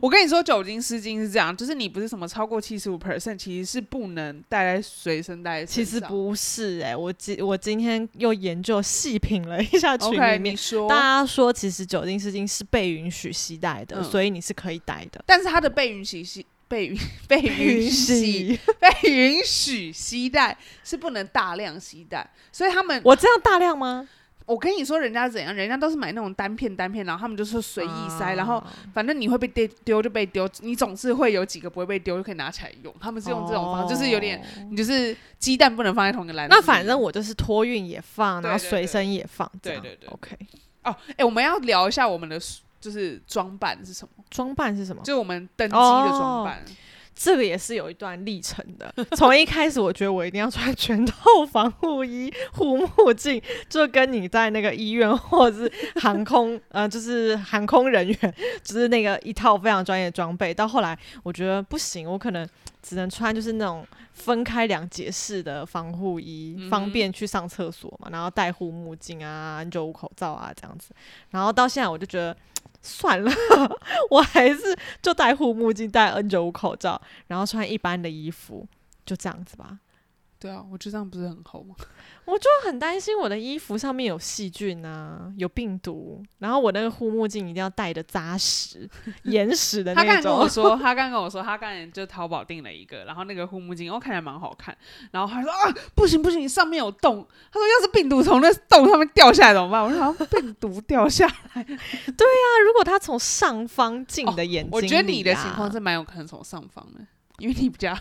Speaker 1: 我跟你说，酒精湿巾是这样，就是你不是什么超过七十五 percent，其实是不能带在随身带在身
Speaker 2: 其实
Speaker 1: 上。
Speaker 2: 不是哎、我今我今天又研究细品了一下群里
Speaker 1: OK，
Speaker 2: 面
Speaker 1: 你说，
Speaker 2: 大家说，其实酒精湿巾是被允许携带的，
Speaker 1: 嗯
Speaker 2: 所以你是可以带的。
Speaker 1: 但是它的被允许吸被允 被允许 被允许吸带是不能大量吸带，所以他们我
Speaker 2: 我这样大量吗？
Speaker 1: 跟你说人家怎样，人家都是买那种单片单片，然后他们就说随意塞，
Speaker 2: 啊
Speaker 1: 然后反正你会被丢丢就被丢，你总是会有几个不会被丢就可以拿起来用，他们是用这种方式，就是有点。
Speaker 2: 哦
Speaker 1: 你就是鸡蛋不能放在同一个篮子里。
Speaker 2: 那反正我就是托运也放，
Speaker 1: 对
Speaker 2: 然后
Speaker 1: 对
Speaker 2: 随
Speaker 1: 对
Speaker 2: 身也放，这样
Speaker 1: 对对对
Speaker 2: OK，
Speaker 1: 哦，哎、我们要聊一下我们的 s- 就是装扮是什么，
Speaker 2: 装扮是什么？哦
Speaker 1: 就是我们登机的装扮。
Speaker 2: 这个也是有一段历程的。从一开始，我觉得我一定要穿全套防护衣、护目镜，就跟你在那个医院或者是航空，呃，就是航空人员，就是那个一套非常专业的装备。到后来，我觉得不行，我可能只能穿就是那种分开两节式的防护衣，
Speaker 1: 嗯
Speaker 2: 方便去上厕所嘛，然后戴护目镜啊、N 九五口罩啊这样子。然后到现在，我就觉得算了， 我还是就戴护目镜、戴 N 九五口罩，然后穿一般的衣服，就这样子吧。
Speaker 1: 对啊，我觉得这样不是很好吗？
Speaker 2: 我就很担心我的衣服上面有细菌啊，有病毒，然后我那个护目镜一定要戴的扎实、 严实的
Speaker 1: 他刚
Speaker 2: 那
Speaker 1: 才跟我
Speaker 2: 种。
Speaker 1: 说，他刚跟我说，他刚才就淘宝订了一个，然后那个护目镜哦看起来蛮好看，然后他说啊不行不行，上面有洞，他说要是病毒从那洞上面掉下来怎么办？我说好像病毒掉下来，
Speaker 2: 那如果它从上方进你的眼睛、
Speaker 1: 哦
Speaker 2: 啊
Speaker 1: 我觉得你的情况是蛮有可能从上方的，因为你比较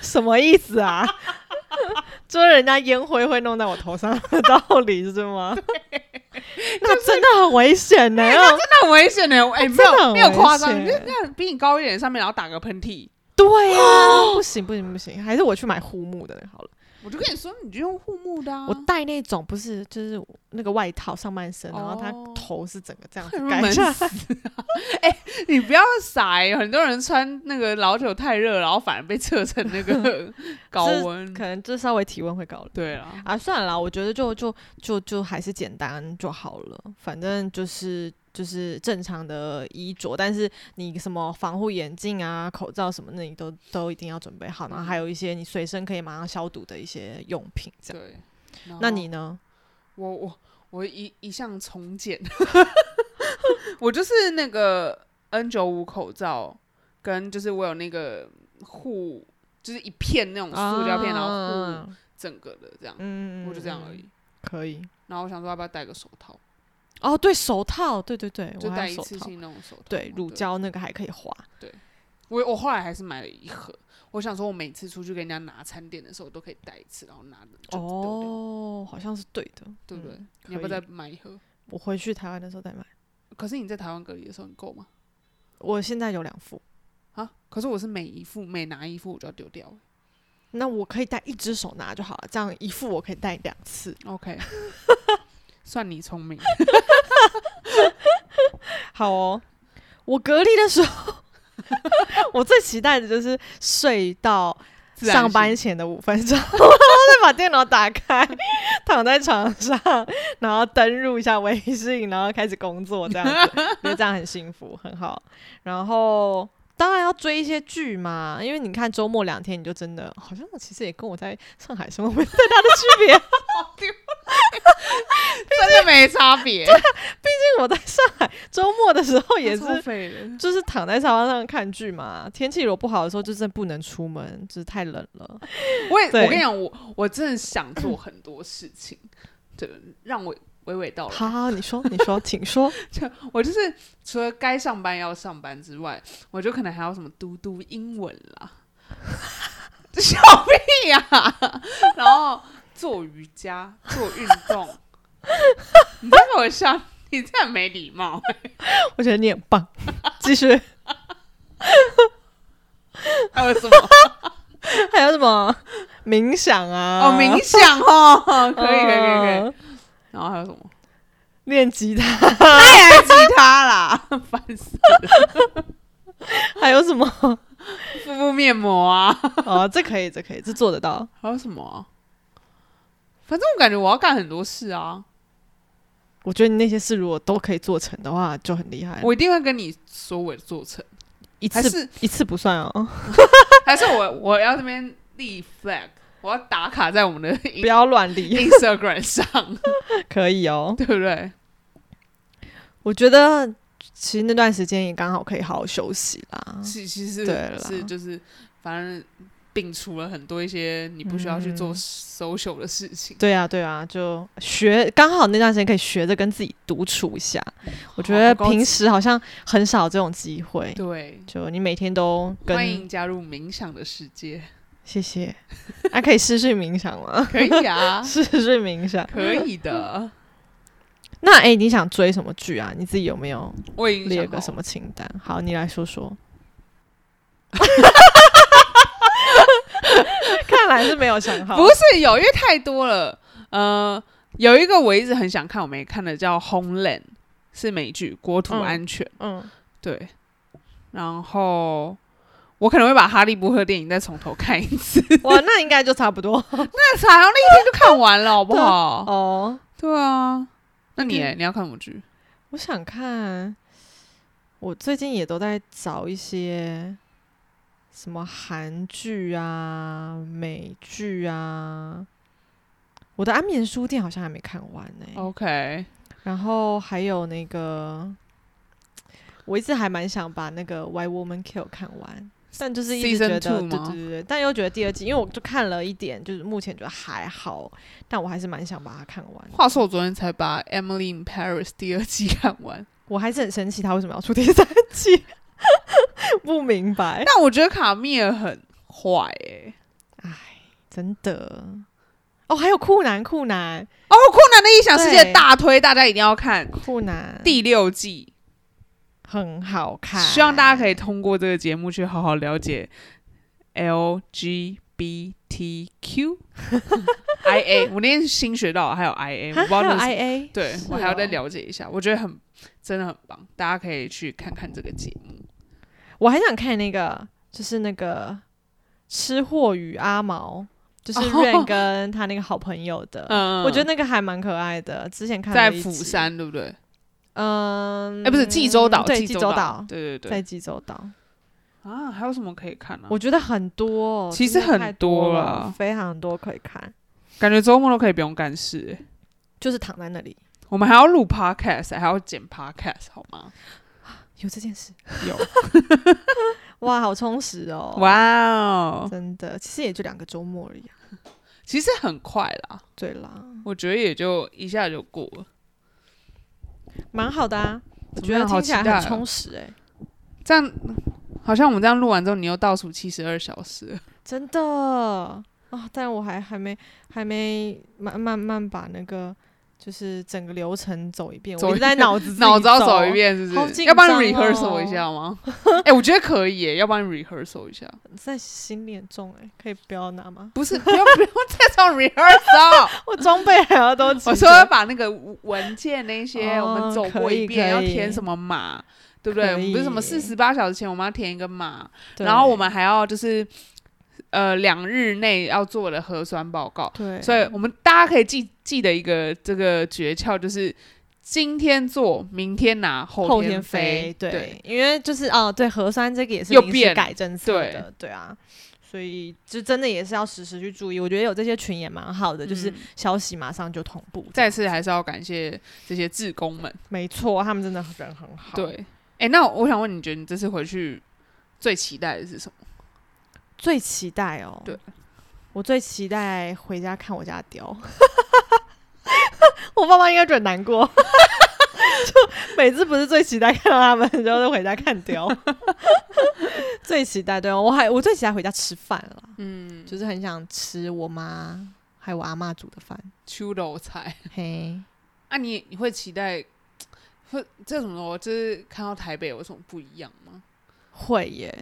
Speaker 2: 什么意思啊？ 就是人家烟灰会弄在我头上的道理 是吗？那真的很危险呢、要
Speaker 1: 那很危险的，哎、没
Speaker 2: 真的
Speaker 1: 有
Speaker 2: 很
Speaker 1: 没有夸张，
Speaker 2: 危
Speaker 1: 你
Speaker 2: 险
Speaker 1: 就那样比你高一点，上面然后打个喷嚏，
Speaker 2: 对
Speaker 1: 哦
Speaker 2: 啊，不行不行不行，还是我去买护目的好了。
Speaker 1: 我就跟你说，你就用护目的啊
Speaker 2: 我。戴那种不是就是那个外套上半身，然后它
Speaker 1: 哦
Speaker 2: 头是整个这样
Speaker 1: 很
Speaker 2: 子
Speaker 1: 入
Speaker 2: 盖
Speaker 1: 门
Speaker 2: 起 来。
Speaker 1: 死哎、你不要傻、欸，很多人穿那个老久太热，然后反而被测成那个 高
Speaker 2: 这
Speaker 1: 温。
Speaker 2: 可能就稍微体温会高了。
Speaker 1: 嗯对啊，
Speaker 2: 啊，算了啦，我觉得就就就就还是简单就好了，反正就是就是正常的衣着，但是你什么防护眼镜啊、口罩什么的，你都都一定要准备好，然后还有一些你随身可以马上消毒的一些用品，这样。
Speaker 1: 对。然
Speaker 2: 那
Speaker 1: 后
Speaker 2: 你呢？
Speaker 1: 我我我一一向从简， 我就是那个 N 九五口罩，跟就是我有那个护，就是一片那种哦塑胶片，然后护
Speaker 2: 啊
Speaker 1: 整个的这样，
Speaker 2: 嗯
Speaker 1: 我就这样而已。。
Speaker 2: 可以。
Speaker 1: 然后我想说要不要戴个手套，
Speaker 2: 哦，对手套，对对对，
Speaker 1: 就
Speaker 2: 我
Speaker 1: 戴
Speaker 2: 还
Speaker 1: 一
Speaker 2: 有手
Speaker 1: 次
Speaker 2: 套。
Speaker 1: 性那种手套。
Speaker 2: 对，乳。胶那个还可以滑。
Speaker 1: 我我后来还是买了一盒，我想说我每次出去跟人家拿餐点的时候都可以带一次，然后拿着就丢掉，
Speaker 2: 哦，好像是对的，
Speaker 1: 对不对
Speaker 2: 嗯？
Speaker 1: 你要不
Speaker 2: 可
Speaker 1: 要
Speaker 2: 以
Speaker 1: 再买一盒？
Speaker 2: 我回去台湾的时候再买。
Speaker 1: 可是你在台湾隔离的时候，你够吗？
Speaker 2: 我现在有两副，
Speaker 1: 啊！可是我是每一副每拿一副我就要丢掉。
Speaker 2: 那我可以带一只手拿就好了，这样一副我可以带两次。
Speaker 1: OK，算你聪明。
Speaker 2: 好哦，我隔离的时候， 我最期待的就是睡到
Speaker 1: 自然醒
Speaker 2: 上班前的五分钟，然后再把电脑打开，躺在床上，然后登入一下微信，然后开始工作，这样子，觉得这样很幸福，很好。然后。当然要追一些剧嘛，因为你看周末两天，你就真的好像其实也跟我在上海生活没太大的区别，
Speaker 1: 真 的没差别，
Speaker 2: 我在上海周末的时候 也
Speaker 1: 超
Speaker 2: 是，
Speaker 1: 废的。
Speaker 2: 就是躺在沙发上看剧嘛。天气如果不好的时候，就真的不能出门，就是太冷了。
Speaker 1: 我也
Speaker 2: 对
Speaker 1: 我跟你讲，我我真的想做很多事情，对，让我娓娓道来。
Speaker 2: 好好，你说，你说，请说。
Speaker 1: 我就是除了该上班要上班之外，我就可能还要什么读读英文啦， 笑屁呀、然后做瑜伽、做运动，你在跟我笑，你这样没礼貌。
Speaker 2: 我觉得你很棒， 继续。
Speaker 1: 还有什 么？
Speaker 2: 还有什么冥想啊？
Speaker 1: 哦，冥想哦，
Speaker 2: 嗯
Speaker 1: 可以可以可以可以。，然后还有什么？
Speaker 2: 练吉他，
Speaker 1: 太吉他啦，烦死了！
Speaker 2: 还有什么？
Speaker 1: 敷敷面膜啊，
Speaker 2: 哦，这可以，这可以，这做得到。
Speaker 1: 还有什么啊、反正我感觉我要干很多事啊，
Speaker 2: 我觉得你那些事如果都可以做成的话，就很厉害。
Speaker 1: 我一定会跟你说我做成，
Speaker 2: 一
Speaker 1: 还
Speaker 2: 次
Speaker 1: 是
Speaker 2: 一次不算哦，
Speaker 1: 还是我我要这边立 flag，我要打卡在我们的
Speaker 2: 不要乱理，
Speaker 1: Instagram 上，
Speaker 2: 可以哦。
Speaker 1: 对不对？
Speaker 2: 我觉得其实那段时间也刚好可以好好休息啦。
Speaker 1: 其其实
Speaker 2: 对啦
Speaker 1: 是就是反正。摒除了很多一些你不需要去做
Speaker 2: 嗯
Speaker 1: social 的事情，
Speaker 2: 对啊，对啊，就学刚好那段时间可以学着跟自己独处一下。我觉得
Speaker 1: 好高
Speaker 2: 平
Speaker 1: 级
Speaker 2: 时好像很少这种机会，
Speaker 1: 对，
Speaker 2: 就你每天都
Speaker 1: 欢
Speaker 2: 跟
Speaker 1: 迎加入冥想的世界，
Speaker 2: 谢谢， 还、可以试睡冥想吗？
Speaker 1: 可以 啊，
Speaker 2: 试睡冥想。
Speaker 1: 可以的。
Speaker 2: 那哎、诶你想追什么剧啊？你自己有没有
Speaker 1: 我已经
Speaker 2: 列
Speaker 1: 想哦
Speaker 2: 个
Speaker 1: 好
Speaker 2: 什么清单？好，你来说说。来是没有想好，
Speaker 1: 不是有，因为太多了。呃，有一个我一直很想看，我没看的叫《Homeland》，是美剧《国土
Speaker 2: 嗯
Speaker 1: 安全》
Speaker 2: 嗯，
Speaker 1: 对，然后我可能会把《哈利波特》电影再从头看一次，
Speaker 2: 哇，那应该就差不多
Speaker 1: 那彩虹那一天就看完了，好不好？
Speaker 2: 哦。
Speaker 1: 对啊，那你欸你要看什么剧？
Speaker 2: 我想看，我最近也都在找一些什么韩剧啊、美剧啊。我的《安眠书店》好像还没看完呢、
Speaker 1: 哦 OK，
Speaker 2: 然后还有那个，我一直还蛮想把那个《Why Woman Kill》看完，但就是一直觉
Speaker 1: Season
Speaker 2: 得，对
Speaker 1: two
Speaker 2: 对
Speaker 1: 吗
Speaker 2: 对对，但又觉得第二季，因为我就看了一点，就是目前觉得还好，但我还是蛮想把它看完。
Speaker 1: 话说我昨天才把《Emily in Paris》第二季看完，
Speaker 2: 我还是很生气，他为什么要出第三季？ 不明白，
Speaker 1: 但我觉得卡米尔很坏哎、
Speaker 2: 真的。哦，还有酷男，酷男，
Speaker 1: 哦，《困难的异想世界
Speaker 2: 对》
Speaker 1: 大推，大家一定要看
Speaker 2: 酷男，
Speaker 1: 第六季。
Speaker 2: 很好看，
Speaker 1: 希望大家可以通过这个节目去好好了解 LGBTQ IA。我那天新学到，还有 IA，我
Speaker 2: 哈
Speaker 1: 不知道
Speaker 2: 还有
Speaker 1: 那是
Speaker 2: I A，
Speaker 1: 对
Speaker 2: 是
Speaker 1: 我还要再
Speaker 2: 哦
Speaker 1: 了解一下。我觉得很真的很棒，大家可以去看看这个节目。
Speaker 2: 我还想看那个，就是那个吃货与阿毛，就是
Speaker 1: 哦
Speaker 2: Rain 跟他那个好朋友的，
Speaker 1: 嗯，
Speaker 2: 我觉得那个还蛮可爱的。之前看了
Speaker 1: 在
Speaker 2: 一
Speaker 1: 釜
Speaker 2: 集，
Speaker 1: 山对不对？
Speaker 2: 嗯，
Speaker 1: 哎，不是济州岛，
Speaker 2: 对，济
Speaker 1: 济
Speaker 2: 州
Speaker 1: 岛
Speaker 2: 岛，，
Speaker 1: 对对
Speaker 2: 在
Speaker 1: 对。
Speaker 2: 济州岛，
Speaker 1: 啊，还有什么可以看呢？
Speaker 2: 我觉得很多，哦
Speaker 1: 其实
Speaker 2: 真的
Speaker 1: 很
Speaker 2: 太
Speaker 1: 多
Speaker 2: 多
Speaker 1: 啦
Speaker 2: 非常多可以看，
Speaker 1: 感觉周末都可以不用干事。哎
Speaker 2: 就是躺在那里
Speaker 1: 我们还要录 podcast，还要剪 podcast，好 吗？
Speaker 2: 有这件事，
Speaker 1: 有，
Speaker 2: 哇，好充实哦，，
Speaker 1: 哇哦，
Speaker 2: 真的，其实也就两个周末而已啊、
Speaker 1: 其实很快啦。
Speaker 2: 对啦，
Speaker 1: 我觉得也就一下就过了。
Speaker 2: 蛮好的啊，我
Speaker 1: 怎么
Speaker 2: 觉得
Speaker 1: 样好
Speaker 2: 听起来
Speaker 1: 期待
Speaker 2: 很
Speaker 1: 哦
Speaker 2: 充实哎、
Speaker 1: 这样好像我们这样录完之后，你又倒数七十二小时了。
Speaker 2: 真的啊、但我还还没还没慢慢慢把那个就是整个流程走一遍，
Speaker 1: 走
Speaker 2: 我
Speaker 1: 一
Speaker 2: 一直在
Speaker 1: 遍
Speaker 2: 脑 子自己
Speaker 1: 脑子要走一，遍，是不
Speaker 2: 好
Speaker 1: 是？
Speaker 2: 紧
Speaker 1: 要
Speaker 2: 张
Speaker 1: 帮你
Speaker 2: 哦
Speaker 1: rehearsal 一下 吗？哎、我觉得可以耶，要帮你 rehearsal 一下。
Speaker 2: 在心里很重哎、可以不要拿吗？
Speaker 1: 不是，不用不用再种 rehearsal。
Speaker 2: 我装备还要都 齐
Speaker 1: 我
Speaker 2: 着
Speaker 1: 说要把那个文件那些
Speaker 2: 哦
Speaker 1: 我们走过
Speaker 2: 可以
Speaker 1: 一遍，
Speaker 2: 可
Speaker 1: 要
Speaker 2: 以
Speaker 1: 填什么码，对不对？
Speaker 2: 可
Speaker 1: 我们不是什么
Speaker 2: 以
Speaker 1: 四十八小时前我们要填一个码，
Speaker 2: 对
Speaker 1: 然后我们还要就是呃两日内要做的核酸报告。
Speaker 2: 对，
Speaker 1: 所以我们大家可以记记得一个这个诀窍，就是今天做，明天拿，
Speaker 2: 后
Speaker 1: 天
Speaker 2: 天飞
Speaker 1: 对，
Speaker 2: 对，因为就是哦，对，核酸这个也是
Speaker 1: 又
Speaker 2: 临
Speaker 1: 变
Speaker 2: 时改政策
Speaker 1: 对
Speaker 2: 的，对啊。所以就真的也是要时时去注意，我觉得有这些群也蛮好的，就是
Speaker 1: 嗯
Speaker 2: 消息马上就同步。
Speaker 1: 再次还是要感谢这些志工们。
Speaker 2: 没错，他们真的人很好。
Speaker 1: 对，哎、那我想问，你觉得你这次回去最期待的是什么？
Speaker 2: 最期待哦，
Speaker 1: 对，
Speaker 2: 我最期待回家看我家的雕。 我爸妈应该觉得很难过， 就每次不是最期待看到他们，就是回家看雕。 最期待，对哦我还我最期待回家吃饭了，
Speaker 1: 嗯，
Speaker 2: 就是很想吃我妈还有我阿妈煮的饭。
Speaker 1: 秋楼菜。
Speaker 2: 嘿，
Speaker 1: 啊你，你会期待会这怎么说？就是看到台北有什么不一样吗？
Speaker 2: 会耶，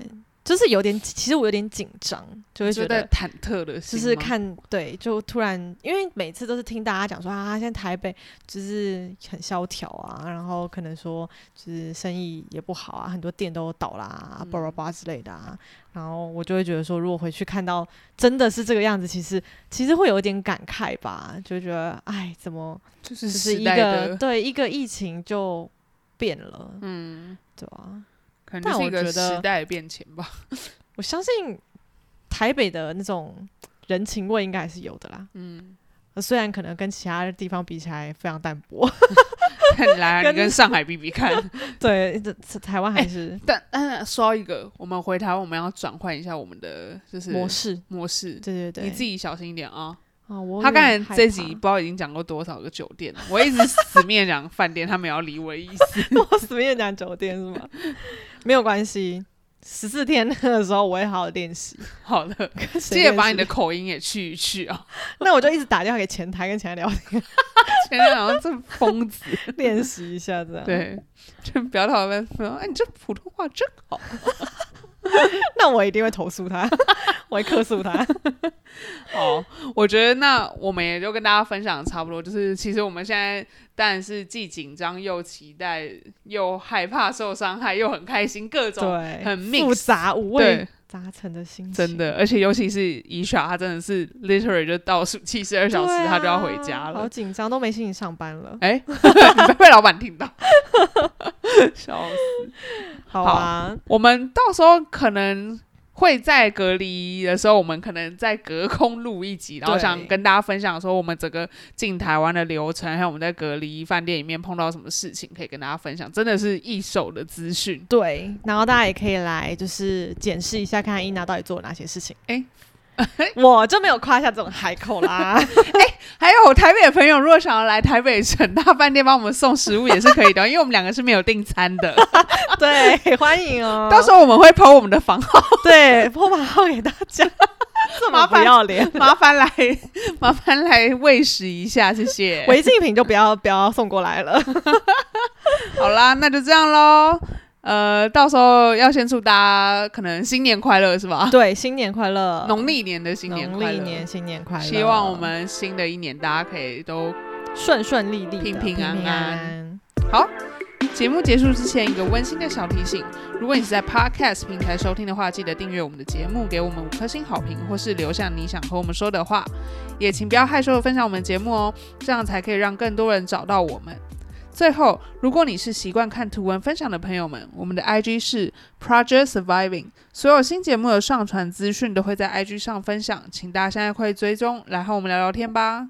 Speaker 2: 就是有点，其实我有点紧张，就会
Speaker 1: 就
Speaker 2: 觉
Speaker 1: 在
Speaker 2: 得
Speaker 1: 忐忑的
Speaker 2: 就
Speaker 1: 心吗，
Speaker 2: 是看对，就突然因为每次都是听大家讲说啊，现在台北就是很萧条啊，然后可能说就是生意也不好啊，很多店都倒啦，
Speaker 1: 嗯
Speaker 2: 巴拉巴拉之类的啊，然后我就会觉得说，如果回去看到真的是这个样子，其实其实会有一点感慨吧，就觉得哎，怎么
Speaker 1: 就是
Speaker 2: 就
Speaker 1: 时
Speaker 2: 是一
Speaker 1: 代
Speaker 2: 个
Speaker 1: 的，
Speaker 2: 对一个疫情就变了，
Speaker 1: 嗯，
Speaker 2: 对吧、
Speaker 1: 可能
Speaker 2: 但
Speaker 1: 就是一
Speaker 2: 我
Speaker 1: 个
Speaker 2: 觉得
Speaker 1: 时代的变迁吧。
Speaker 2: 我相信台北的那种人情味应该还是有的啦。
Speaker 1: 嗯，
Speaker 2: 呃虽然可能跟其他地方比起来非常淡薄，
Speaker 1: 看来你
Speaker 2: 跟
Speaker 1: 跟上海比比看。
Speaker 2: 对，这这台
Speaker 1: 哎
Speaker 2: 湾还是
Speaker 1: 但但是说呃到一个，我们回台湾，我们要转换一下我们的就是
Speaker 2: 模式，
Speaker 1: 模式。
Speaker 2: 对对对，
Speaker 1: 你自己小心一点啊！
Speaker 2: 啊，我
Speaker 1: 他
Speaker 2: 有
Speaker 1: 刚才
Speaker 2: 点害
Speaker 1: 这集不
Speaker 2: 怕
Speaker 1: 知道已经讲过多少个酒店了，我一直死命地讲饭店，他没有要理我的意 思。
Speaker 2: 我随便讲酒店是吗？ 没有关系，十四天那个时候我会好好练习。
Speaker 1: 好了，记
Speaker 2: 谢
Speaker 1: 得把你的，口音也去一去 啊！
Speaker 2: 那我就一直打电话给前台跟前台聊天，
Speaker 1: 前面
Speaker 2: 啊
Speaker 1: 好像这疯 子，
Speaker 2: 练习一下这样。，
Speaker 1: 对，就不要讨论说，哎，你这普通话真好。
Speaker 2: 那我一定会投诉他， 我会客 诉他。
Speaker 1: 好，我觉得那我们也就跟大家分享得差不多，就是其实我们现在当然是既紧张又期待，又害怕受伤害，又很开心，各种
Speaker 2: 对，
Speaker 1: 很
Speaker 2: 复
Speaker 1: mix。
Speaker 2: 杂五味
Speaker 1: 对，
Speaker 2: 杂陈的心情，
Speaker 1: 真的，而且尤其是伊莎，她真的是 literally 就倒数七十二小时，
Speaker 2: 对啊
Speaker 1: 她就要回家了
Speaker 2: 好。紧张，都没心情上 班了。
Speaker 1: 哎、你不要被老板听到， 笑死。
Speaker 2: 好啊，
Speaker 1: 我们到时候可能会在隔离的时候，我们可能在隔空录一集，然后
Speaker 2: 对
Speaker 1: 想跟大家分享说我们整个进台湾的流程，还有我们在隔离饭店里面碰到什么事情，可以跟大家分享，真的是一手的资讯。
Speaker 2: 对，然后大家也可以来就是检视一下，看看伊娜到底做了哪些事情。
Speaker 1: 哎
Speaker 2: 我就没有夸下这种海口 啦。
Speaker 1: 还有台北的朋友，如果想要来台北城大饭店帮我们送食物也是可以的，因为我们两个是没有订餐 的，
Speaker 2: 对，欢迎哦。
Speaker 1: 到时候我们会 PO 我们的 房号，
Speaker 2: 对破马号给大家， 这么
Speaker 1: 麻
Speaker 2: 不
Speaker 1: 烦
Speaker 2: 要脸。
Speaker 1: 麻烦来麻烦来喂食一下，谢谢。
Speaker 2: 违禁品就不要不要送过来 了。
Speaker 1: 好啦，那就这样喽。呃，到时候要先祝大家可能新年快乐是吧？
Speaker 2: 对，新年快乐，
Speaker 1: 农历年的新年
Speaker 2: 呃农
Speaker 1: 快
Speaker 2: 历
Speaker 1: 乐，
Speaker 2: 年新年快乐，
Speaker 1: 希望我们新的一年大家可以都
Speaker 2: 顺顺利利的、
Speaker 1: 平平
Speaker 2: 平
Speaker 1: 安
Speaker 2: 平
Speaker 1: 安
Speaker 2: 安
Speaker 1: 好。节目结束之前，一个温馨的小提醒：如果你是在 Podcast 平台收听的话，记得订阅我们的节目，给我们五颗星好评，或是留下你想和我们说的话。也请不要害羞的分享我们的节目哦，这样才可以让更多人找到我们。最后，如果你是习惯看图文分享的朋友们，我们的 IG 是 Project Surviving，所有新节目的上传资讯都会在 IG 上分享，请大家现在快追踪，来和我们聊聊天吧。